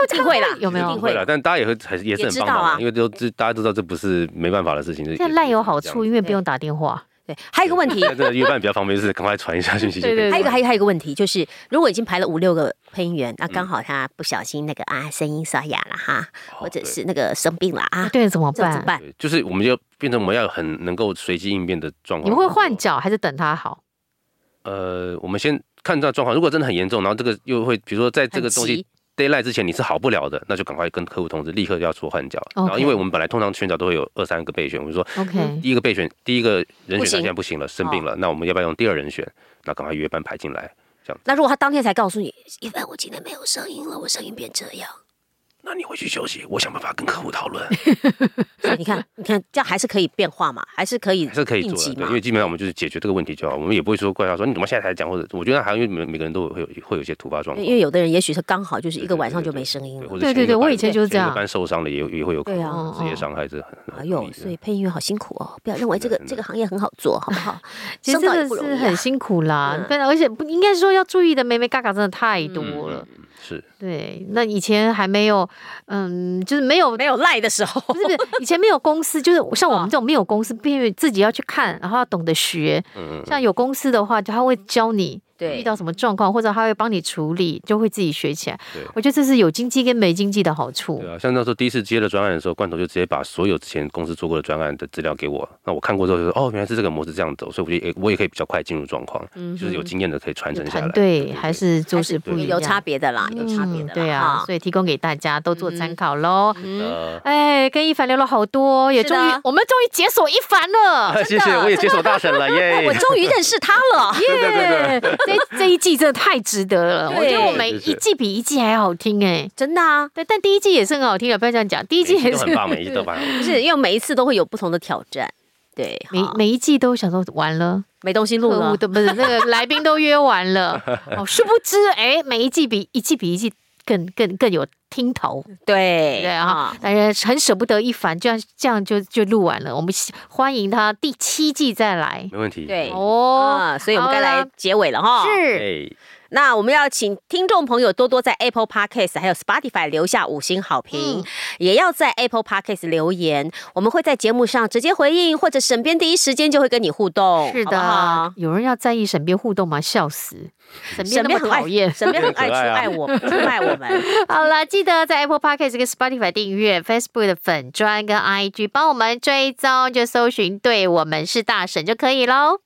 [SPEAKER 2] 一定会啦，
[SPEAKER 4] 有没有
[SPEAKER 2] 一定
[SPEAKER 3] 会
[SPEAKER 2] 会
[SPEAKER 3] 了，但大家也会还是也是
[SPEAKER 2] 也知
[SPEAKER 3] 很
[SPEAKER 2] 道
[SPEAKER 3] 帮忙
[SPEAKER 2] 啊
[SPEAKER 3] 嘛，因为都知大家都知道这不是没办法的事情。
[SPEAKER 4] 现在烂有好处，因为不
[SPEAKER 2] 对
[SPEAKER 4] 用打电话。
[SPEAKER 2] 对。还有一个问题，
[SPEAKER 3] 那这个约饭比较方便，就是赶快传一下讯息就可以
[SPEAKER 4] 对对对
[SPEAKER 2] 还有一个，还有一个还有一个问题，就是如果已经排了五六个配音员，那刚好他不小心那个啊声音沙哑了哈，
[SPEAKER 4] 哦
[SPEAKER 2] 或者
[SPEAKER 3] 哦对
[SPEAKER 2] 是那个生病了啊，
[SPEAKER 4] 对，怎么
[SPEAKER 2] 这
[SPEAKER 4] 办？
[SPEAKER 2] 怎么办？
[SPEAKER 3] 对，就是我们就变成我们要很能够随机应变的状
[SPEAKER 4] 你
[SPEAKER 3] 况。
[SPEAKER 4] 们会换角还是等他好？
[SPEAKER 3] 呃，我们先看这状况，如果真的很严重，然后这个又会，比如说在这个东
[SPEAKER 2] 很
[SPEAKER 3] 西
[SPEAKER 2] 急
[SPEAKER 3] d a y l i g h t 之前你是好不了的，那就赶快跟客户通知，立刻就要说换角。然后
[SPEAKER 4] OK
[SPEAKER 3] 因为我们本来通常选角都会有二三个备选，我们说
[SPEAKER 4] OK，
[SPEAKER 3] 第一个备选，第一个
[SPEAKER 2] 嗯
[SPEAKER 3] 人选
[SPEAKER 2] 不
[SPEAKER 3] 他
[SPEAKER 2] 行哦
[SPEAKER 3] 现在不行了，生病了，那我们要不要用第二人选？那赶快约班排进来。
[SPEAKER 2] 那如果他当天才告诉你，一凡，我今天没有声音了，我声音变这 样，
[SPEAKER 3] 那你回去休息，我想办法跟客户讨 论，
[SPEAKER 2] 所以你看，你看，这样还是可以变化嘛，还是可以
[SPEAKER 3] 还是可以
[SPEAKER 2] 应
[SPEAKER 3] 做
[SPEAKER 2] 急
[SPEAKER 3] 的，对，
[SPEAKER 2] 嘛
[SPEAKER 3] 因。为基本上我们就是解决这个问题就好，我们也不会说怪他说你怎么现在才讲，或者我觉得还好因为每每个人都有会有会有一些突发状况
[SPEAKER 2] 因。为有的人也许是刚好就是一
[SPEAKER 3] 一
[SPEAKER 2] 个晚上就没声音了，
[SPEAKER 4] 对对对我以前就是这样
[SPEAKER 3] 班受伤了也有也会有可
[SPEAKER 2] 对啊
[SPEAKER 3] 能职业伤害，这很
[SPEAKER 2] 哎
[SPEAKER 3] 很容易
[SPEAKER 2] 呦，
[SPEAKER 3] 的
[SPEAKER 2] 所以配音员好辛苦哦！不要认为这个
[SPEAKER 3] 真的
[SPEAKER 2] 这个行业很好做，好不好？
[SPEAKER 4] 其实
[SPEAKER 2] 声导也
[SPEAKER 4] 真
[SPEAKER 2] 不
[SPEAKER 4] 的
[SPEAKER 2] 容
[SPEAKER 4] 是
[SPEAKER 2] 易啊
[SPEAKER 4] 很辛苦啦，对，而且不应该说要注意的，妹妹嘎嘎真的太多了。
[SPEAKER 3] 嗯是
[SPEAKER 4] 对，那以前还没有，嗯，就是没有
[SPEAKER 2] 没有赖的时 候，
[SPEAKER 4] 不是不是，以前没有公司，就是像我们这种没有公司，必须自己要去看，然后要懂得学。
[SPEAKER 3] 嗯
[SPEAKER 4] 像有公司的话，就他会教你
[SPEAKER 2] 对
[SPEAKER 4] 遇到什么状况，或者他会帮你处理，就会自己学起来
[SPEAKER 3] 对。
[SPEAKER 4] 我觉得这是有经济跟没经济的好处
[SPEAKER 3] 对。啊，像那时候第一次接了专案的时候，罐头就直接把所有之前公司做过的专案的资料给我，那我看过之后就说，哦，原来是这个模式这样走，所以我就也我也可以比较快进入状况，就是有经验的可以传承下
[SPEAKER 4] 团
[SPEAKER 3] 来。
[SPEAKER 4] 队还是做事不一
[SPEAKER 2] 有
[SPEAKER 4] 样，
[SPEAKER 2] 差别的啦，有差别的
[SPEAKER 4] 嗯
[SPEAKER 2] 啦，嗯
[SPEAKER 4] 对啊，所以提供给大家都做参考喽。
[SPEAKER 3] 呃，
[SPEAKER 4] 哎，跟一凡聊了好多，也
[SPEAKER 2] 是
[SPEAKER 4] 终
[SPEAKER 2] 的啊
[SPEAKER 4] 于我们终于解锁一凡 了，
[SPEAKER 3] 谢谢，我也解锁大神了耶！
[SPEAKER 2] 我终于认识他了。
[SPEAKER 4] 耶！这这一季真的太值得了，
[SPEAKER 2] 对
[SPEAKER 4] 我觉得我们
[SPEAKER 3] 是是是
[SPEAKER 4] 一季比一季还好听哎。
[SPEAKER 2] 真的啊，
[SPEAKER 4] 对，但第一季也是很好听的，啊不要这样讲，第一季
[SPEAKER 3] 每
[SPEAKER 4] 也
[SPEAKER 3] 都
[SPEAKER 4] 是
[SPEAKER 3] 很棒，每一集都棒。
[SPEAKER 2] 不是因为每一次都会有不同的挑战，对，
[SPEAKER 4] 每
[SPEAKER 2] 好
[SPEAKER 4] 每一季都想说完了，
[SPEAKER 2] 没东西录
[SPEAKER 4] 客户
[SPEAKER 2] 了，
[SPEAKER 4] 都不是那个来宾都约完 了，哦，殊不知哎，每一季比一季比一季更更更有听头，
[SPEAKER 2] 对嗯
[SPEAKER 4] 对啊，，大家很舍不得一凡，这样这样就就录完了，我们希欢迎他第七季再来
[SPEAKER 3] 没问题。
[SPEAKER 2] 对
[SPEAKER 4] 哦。
[SPEAKER 2] 啊，所以我们
[SPEAKER 4] 好
[SPEAKER 2] 该
[SPEAKER 4] 啦
[SPEAKER 2] 来哦结尾了哈。
[SPEAKER 4] 是，
[SPEAKER 3] 哎，
[SPEAKER 2] 那我们要请听众朋友多多在 Apple Podcast 还有 Spotify 留下五星好评，
[SPEAKER 4] 嗯
[SPEAKER 2] 也要在 Apple Podcast 留言，我们会在节目上直接回应，或者沈编第一时间就会跟你互动，
[SPEAKER 4] 是的，
[SPEAKER 2] 好不好
[SPEAKER 4] 有人要在意沈编互动吗？笑死，沈编
[SPEAKER 2] 沈
[SPEAKER 4] 那
[SPEAKER 2] 编
[SPEAKER 4] 么
[SPEAKER 2] 很爱
[SPEAKER 4] 讨厌。
[SPEAKER 2] 沈编很爱出
[SPEAKER 3] 很可爱啊
[SPEAKER 2] 卖我，出卖我们。
[SPEAKER 4] 好了，记得在 Apple Podcast 跟 Spotify 订阅 Facebook 的粉砖跟 IG，帮我们追踪，就搜寻对我们是大婶就可以喽。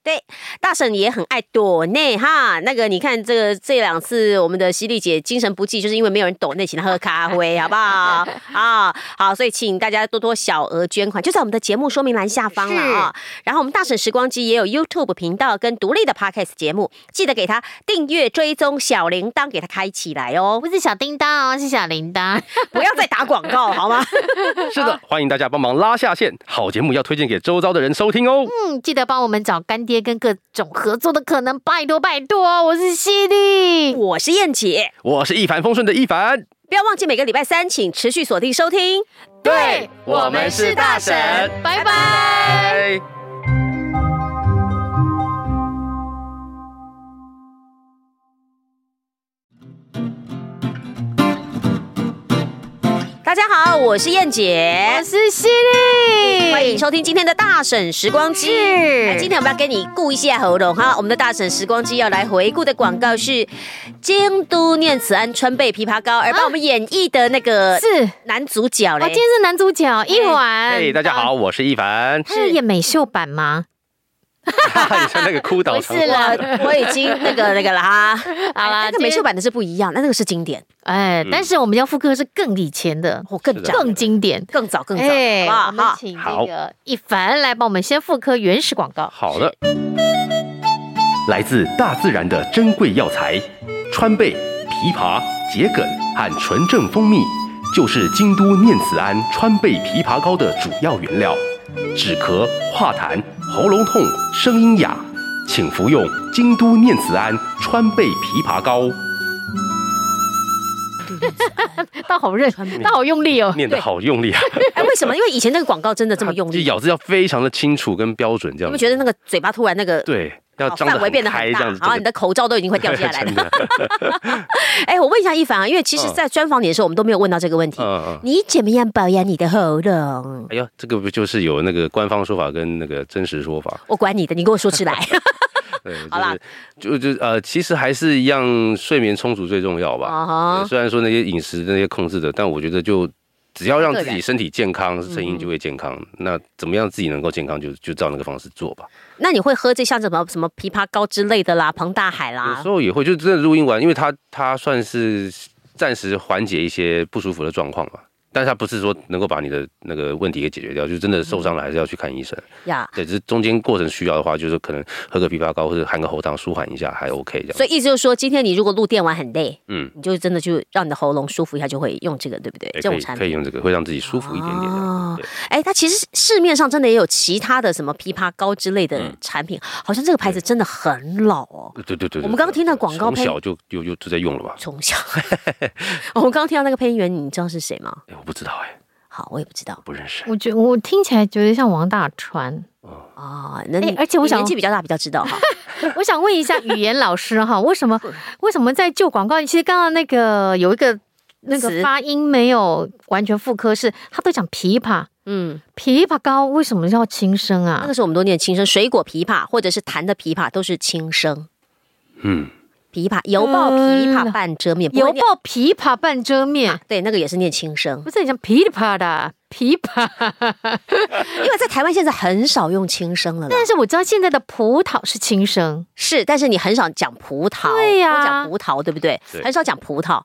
[SPEAKER 2] 大婶也很爱躲内哈，那个你看这个这两次我们的犀利姐精神不济，就是因为没有人躲内请她喝咖啡，好不好？啊，好，所以请大家多多小额捐款，就在我们的节目说明栏下方了啊、然后我们大婶时光机也有 YouTube 频道跟独立的 Podcast 节目，记得给她订阅、追踪小铃铛，给它开起来 哦，
[SPEAKER 4] 不是小叮当哦，是小铃铛。
[SPEAKER 2] 不要再打广告好吗？
[SPEAKER 3] 哎是的，欢迎大家帮忙拉下线，好节目要推荐给周遭的人收听哦。
[SPEAKER 4] 嗯，记得帮我们找干爹跟各种合作的可能，拜托拜托。哦我是犀利，
[SPEAKER 2] 我是燕姐，
[SPEAKER 3] 我是一帆风顺的一帆，
[SPEAKER 2] 不要忘记每个礼拜三请持续锁定收听。
[SPEAKER 3] 对我们是大婶
[SPEAKER 4] 拜拜
[SPEAKER 3] 拜。
[SPEAKER 2] 大家好，我是燕姐，
[SPEAKER 4] 我是犀利，
[SPEAKER 2] 欢迎收听今天的大婶时光机。
[SPEAKER 4] 是
[SPEAKER 2] 哎今天我们要跟你顾一下喉咙哈。我们的大婶时光机要来回顾的广告是京都念慈庵川贝枇杷膏，而帮我们演绎的那个
[SPEAKER 4] 啊是。
[SPEAKER 2] 男主角
[SPEAKER 4] 哦，
[SPEAKER 2] 嘞
[SPEAKER 4] 今。天是男主角一环。哦。
[SPEAKER 3] 哎，大家好，我是一凡
[SPEAKER 4] 他是演美秀版吗？
[SPEAKER 3] 你像那个哭倒
[SPEAKER 4] 不
[SPEAKER 3] 长
[SPEAKER 4] 是
[SPEAKER 3] 发
[SPEAKER 4] 啦，
[SPEAKER 2] 我已经那个那个了 哈，
[SPEAKER 4] 好啦
[SPEAKER 2] 哎那个
[SPEAKER 4] 今天
[SPEAKER 2] 美秀版的是不一样，那那个是经典，
[SPEAKER 4] 哎，但是我们要复刻是更以前的，
[SPEAKER 2] 哦，更
[SPEAKER 3] 是的
[SPEAKER 2] 早、
[SPEAKER 4] 更经典。
[SPEAKER 2] 更早、更早，
[SPEAKER 4] 哎，
[SPEAKER 2] 好
[SPEAKER 4] 我
[SPEAKER 2] 不
[SPEAKER 4] 们
[SPEAKER 2] 好？哈，
[SPEAKER 4] 请
[SPEAKER 3] 好
[SPEAKER 4] 这个一凡来帮我们先复刻原始广告。
[SPEAKER 3] 好的，来自大自然的珍贵药材，川贝、枇杷、桔梗和纯正蜂蜜，就是京都念慈庵川贝枇杷膏的主要原料。止咳、化痰、喉咙痛、声音哑，请服用京都念慈庵川贝枇杷膏。
[SPEAKER 4] 倒好认，倒好用力哦。
[SPEAKER 3] 念得好用力啊，
[SPEAKER 2] 哎，为什么？因为以前那个广告真的这么用
[SPEAKER 3] 就
[SPEAKER 2] 力，
[SPEAKER 3] 咬字要非常的清楚跟标准，这
[SPEAKER 2] 有
[SPEAKER 3] 样
[SPEAKER 2] 没
[SPEAKER 3] 子
[SPEAKER 2] 有觉得那个嘴巴突然那个
[SPEAKER 3] 对，要
[SPEAKER 2] 好
[SPEAKER 3] 张得
[SPEAKER 2] 哦范围变得
[SPEAKER 3] 开
[SPEAKER 2] 很
[SPEAKER 3] 这
[SPEAKER 2] 大
[SPEAKER 3] 样，子，
[SPEAKER 2] 然后你的口罩都已经快掉下来了
[SPEAKER 3] 真。的
[SPEAKER 2] 哎，我问一下一凡啊，因为其实，
[SPEAKER 3] 嗯
[SPEAKER 2] 在专访你的时候，我们都没有问到这个问题。
[SPEAKER 3] 嗯嗯。
[SPEAKER 2] 你怎么样保养你的喉咙？
[SPEAKER 3] 哎呀，这个不就是有那个官方说法跟那个真实说法？
[SPEAKER 2] 我管你的，你给我说 出来。
[SPEAKER 3] 对，
[SPEAKER 2] 好啦，
[SPEAKER 3] 就就呃，其实还是一样，睡眠充足最重要吧。
[SPEAKER 2] 啊
[SPEAKER 3] 对
[SPEAKER 2] 哈
[SPEAKER 3] 虽然说那些饮食那些控制的，但我觉得就只要让
[SPEAKER 2] 个
[SPEAKER 3] 自
[SPEAKER 2] 人嗯
[SPEAKER 3] 己身体健康，声音就会健康。那怎么样自己能够健康，就就照那个方式做吧。
[SPEAKER 2] 那你会喝这像什么什么枇杷膏之类的啦，彭大海
[SPEAKER 3] 有
[SPEAKER 2] 啦
[SPEAKER 3] 时，候也会就真的录音完，因为它它算是暂时缓解一些不舒服的状况嘛。但是它不是说能够把你的那个问题给解决掉，就真的受伤了还是要去看医生。
[SPEAKER 2] 呀。
[SPEAKER 3] 对，只是中间过程需要的话，就是可能喝个枇杷膏或者含个喉糖舒缓一下，还 OK 这样。
[SPEAKER 2] 所以意思就是说，今天你如果录电玩很累，
[SPEAKER 3] 嗯，
[SPEAKER 2] 你就真的就让你的喉咙舒服一下，就会用这个，对不对？
[SPEAKER 3] 对
[SPEAKER 2] 这
[SPEAKER 3] 哎可
[SPEAKER 2] 种
[SPEAKER 3] 以
[SPEAKER 2] 产
[SPEAKER 3] 可以
[SPEAKER 2] 品。
[SPEAKER 3] 用这个，会让自己舒服一点点这样
[SPEAKER 2] 哦
[SPEAKER 3] 子。对
[SPEAKER 2] 哎，它其实市面上真的也有其他的什么枇杷膏之类
[SPEAKER 3] 嗯
[SPEAKER 2] 的产品，好像这个牌子真的很老哦。
[SPEAKER 3] 对对对对，
[SPEAKER 2] 我们刚刚听到广告
[SPEAKER 3] 从
[SPEAKER 2] 配
[SPEAKER 3] 小就就就就在用了吧？
[SPEAKER 2] 从小， 我们刚刚听到那个配音员，你知道是谁吗？
[SPEAKER 3] 哎，我不知道哎，
[SPEAKER 2] 好，我也不知道
[SPEAKER 3] 不认识。
[SPEAKER 4] 我觉我听起来觉得像王大川，
[SPEAKER 2] 啊。那
[SPEAKER 4] 哎
[SPEAKER 2] 你、
[SPEAKER 4] 而且我
[SPEAKER 2] 你
[SPEAKER 4] 想
[SPEAKER 2] 年纪比较大，比较知道哈。
[SPEAKER 4] 我想问一下语言老师 哈，为什么为什么在旧广告？其实刚刚那个有一个那个
[SPEAKER 2] 词
[SPEAKER 4] 发音没有完全复刻，是他都讲枇杷，
[SPEAKER 2] 嗯，
[SPEAKER 4] 枇杷膏为什么叫轻声
[SPEAKER 2] 那
[SPEAKER 4] 啊
[SPEAKER 2] 个？时候我们都念轻声，水果枇杷或者是弹的枇杷都是轻声。
[SPEAKER 3] 嗯，
[SPEAKER 2] 枇杷油爆枇杷
[SPEAKER 4] 嗯
[SPEAKER 2] 半遮面，不会
[SPEAKER 4] 犹
[SPEAKER 2] 念
[SPEAKER 4] 抱枇杷半遮面，
[SPEAKER 2] 对那个也是念轻声，
[SPEAKER 4] 不是你讲噼里啪啦枇杷，
[SPEAKER 2] 因为在台湾现在很少用轻声了啦。
[SPEAKER 4] 但是我知道现在的葡萄是轻声，
[SPEAKER 2] 是，但是你很少讲葡萄，
[SPEAKER 4] 对呀
[SPEAKER 2] 都讲葡萄对不对？
[SPEAKER 3] 对
[SPEAKER 2] 很少讲葡萄，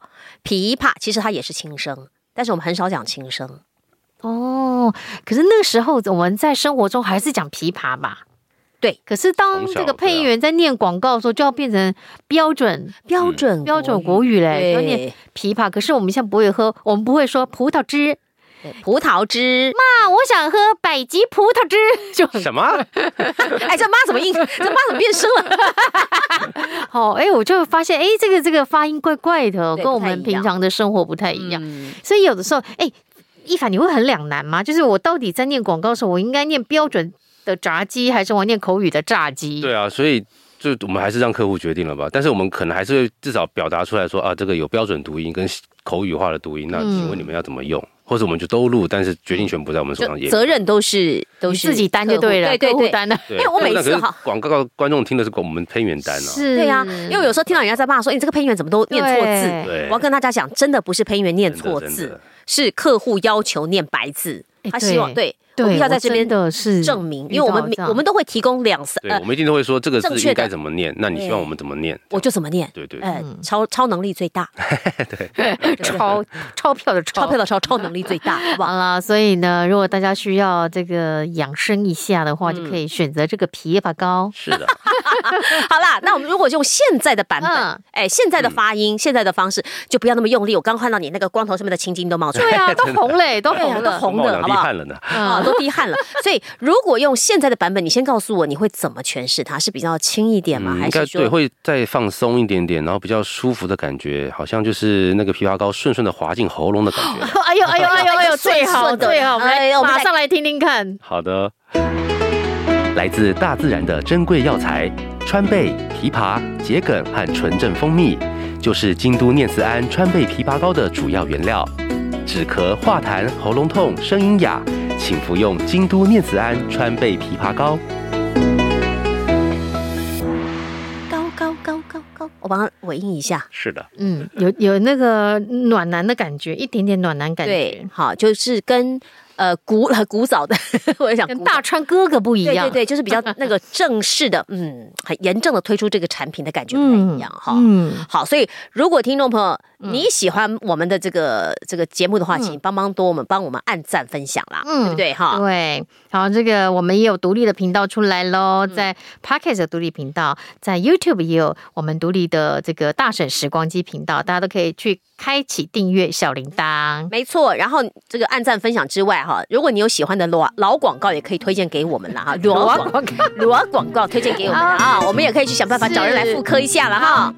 [SPEAKER 2] 枇杷其实它也是轻声，但是我们很少讲轻声。
[SPEAKER 4] 哦，可是那个时候我们在生活中还是讲琵琶吧。
[SPEAKER 2] 对，
[SPEAKER 4] 可是当
[SPEAKER 3] 从小啊
[SPEAKER 4] 这个配音员在念广告的时候，就要变成标准
[SPEAKER 3] 嗯
[SPEAKER 2] 标准
[SPEAKER 4] 标准
[SPEAKER 2] 国
[SPEAKER 4] 国语嘞，要念
[SPEAKER 2] 对，
[SPEAKER 4] 琵琶。可是我们现在不会喝，我们不会说葡萄汁
[SPEAKER 2] 对葡萄汁，
[SPEAKER 4] 啊，我想喝百吉葡萄汁，就很
[SPEAKER 3] 什么？
[SPEAKER 2] 哎，这妈怎么 音？这妈怎么变声了？
[SPEAKER 4] 好。哎，我就发现，哎，这个这个发音怪怪的哦，
[SPEAKER 2] 对
[SPEAKER 4] 跟我
[SPEAKER 2] 不太
[SPEAKER 4] 们
[SPEAKER 2] 一样
[SPEAKER 4] 平常的生活不太一样。
[SPEAKER 2] 嗯
[SPEAKER 4] 所以有的时候，哎，一凡你会很两难吗？就是我到底在念广告的时候，我应该念标准的炸鸡，还是我念口语的炸鸡？
[SPEAKER 3] 对啊，所以就我们还是让客户决定了吧。但是我们可能还是会至少表达出来说啊，这个有标准读音跟口语化的读音，那
[SPEAKER 4] 嗯
[SPEAKER 3] 请问你们要怎么用？或者我们就都录，但是决定权不在我们手上，
[SPEAKER 2] 嗯
[SPEAKER 3] 也
[SPEAKER 2] 就责任都是都
[SPEAKER 4] 你
[SPEAKER 2] 是
[SPEAKER 4] 自己担就
[SPEAKER 2] 客户
[SPEAKER 4] 对了，
[SPEAKER 2] 对对
[SPEAKER 4] 客户啊
[SPEAKER 2] 对。
[SPEAKER 4] 担的。
[SPEAKER 3] 对
[SPEAKER 2] 哎我每
[SPEAKER 3] 那
[SPEAKER 2] 次
[SPEAKER 3] 可是
[SPEAKER 2] 哈
[SPEAKER 3] 广告观众听的是我们配员单啊，
[SPEAKER 4] 是，
[SPEAKER 2] 对呀、
[SPEAKER 4] 嗯
[SPEAKER 2] 因为有时候听到人家在骂说，哎你这个配音员怎么都念错字？
[SPEAKER 3] 对
[SPEAKER 2] 我要跟大家讲，真的不是配音员念
[SPEAKER 3] 真的
[SPEAKER 2] 错
[SPEAKER 3] 真
[SPEAKER 2] 字
[SPEAKER 3] 的，
[SPEAKER 2] 是客户要求念白字，
[SPEAKER 4] 哎
[SPEAKER 2] 他希望对，我必
[SPEAKER 4] 对，
[SPEAKER 2] 须要在这边
[SPEAKER 4] 我真的是
[SPEAKER 2] 证明，因为我们
[SPEAKER 4] 嗯遇到
[SPEAKER 2] 每
[SPEAKER 4] 这样
[SPEAKER 2] 我们都会提供两三
[SPEAKER 3] 对，
[SPEAKER 2] 呃
[SPEAKER 3] 我，们一定都会说这个
[SPEAKER 2] 正
[SPEAKER 3] 字
[SPEAKER 2] 确的
[SPEAKER 3] 应该怎么念，那你希望
[SPEAKER 2] 对
[SPEAKER 3] 我们怎么念？
[SPEAKER 2] 我就怎么念，
[SPEAKER 3] 对对，对
[SPEAKER 2] 呃，
[SPEAKER 4] 嗯
[SPEAKER 2] 超超能力最大，
[SPEAKER 4] 钞钞票的钞
[SPEAKER 2] 钞票的钞，超能力最 大，好不好？
[SPEAKER 4] 完了，所以呢，如果大家需要这个养生一下的
[SPEAKER 2] 嗯
[SPEAKER 4] 话，就可以选择这个枇杷膏。
[SPEAKER 3] 是的，
[SPEAKER 2] 好啦，那我们如果用现在的版本
[SPEAKER 4] 嗯，
[SPEAKER 2] 哎，现在的发音，现在的方式，就不要那么用力。我刚看到你那个光头上面的青筋都冒出来，
[SPEAKER 4] 对 啊，都红嘞，都
[SPEAKER 2] 对啊
[SPEAKER 4] 红
[SPEAKER 2] 都
[SPEAKER 4] 了。
[SPEAKER 2] 红
[SPEAKER 3] 冒
[SPEAKER 2] 的，
[SPEAKER 3] 两
[SPEAKER 2] 好
[SPEAKER 3] 滴
[SPEAKER 2] 不好
[SPEAKER 3] 汗？了呢。
[SPEAKER 2] 啊，
[SPEAKER 4] 嗯，
[SPEAKER 2] 都滴汗 了。所以如果用现在的版本，你先告诉我你会怎么诠释它？是比较轻一点吗？
[SPEAKER 3] 嗯，
[SPEAKER 2] 还
[SPEAKER 3] 应该
[SPEAKER 2] 是
[SPEAKER 3] 对，
[SPEAKER 2] 说
[SPEAKER 3] 会再放松一点点，然后比较舒服的感觉，好像就是那个枇杷膏顺顺的滑进喉咙的感 觉。
[SPEAKER 4] 哎呦哎呦哎呦哎呦，最好
[SPEAKER 2] 顺的
[SPEAKER 4] 最好，我们
[SPEAKER 2] 哎
[SPEAKER 4] 来
[SPEAKER 2] 呦我们
[SPEAKER 4] 马
[SPEAKER 2] 来
[SPEAKER 4] 上来听听看。
[SPEAKER 3] 好的，来自大自然的珍贵药材川贝、枇杷、桔梗和纯正蜂蜜，就是京都念慈庵川贝枇杷膏的主要原料。止咳化痰、喉咙痛、声音哑，请服用京都念慈庵川贝枇杷膏。
[SPEAKER 2] 高高高高高？我帮他尾音一下。
[SPEAKER 3] 是的，
[SPEAKER 4] 嗯，有有那个暖男的感觉，一点点暖男感
[SPEAKER 2] 对
[SPEAKER 4] 觉，，
[SPEAKER 2] 好，就是跟呃古 呃古早的，我也想
[SPEAKER 4] 跟
[SPEAKER 2] 古早
[SPEAKER 4] 大川哥哥不一
[SPEAKER 2] 对对
[SPEAKER 4] 样。对，
[SPEAKER 2] 对，就是比较那个正式 的，嗯，很严正的推出这个产品的感觉不太
[SPEAKER 4] 嗯
[SPEAKER 2] 一样哈。
[SPEAKER 4] 嗯，
[SPEAKER 2] 好，所以如果听众朋友你喜欢我们的这个这个节目的话，请帮帮多我们帮我们按赞分享啦，
[SPEAKER 4] 嗯
[SPEAKER 2] 对不对哈？
[SPEAKER 4] 对，好，这个我们也有独立的频道出来喽，在 Podcast 有独立频道，在 YouTube 也有我们独立的这个大婶时光机频道，大家都可以去开启订阅小铃铛。
[SPEAKER 2] 没错，然后这个按赞分享之外哈，如果你有喜欢的老老广告，也可以推荐给我们 啦哈，裸广
[SPEAKER 4] 广告，
[SPEAKER 2] 裸广告推荐给我们啦啊，我们也可以去想办法找人来
[SPEAKER 4] 是
[SPEAKER 2] 复刻一下了哈。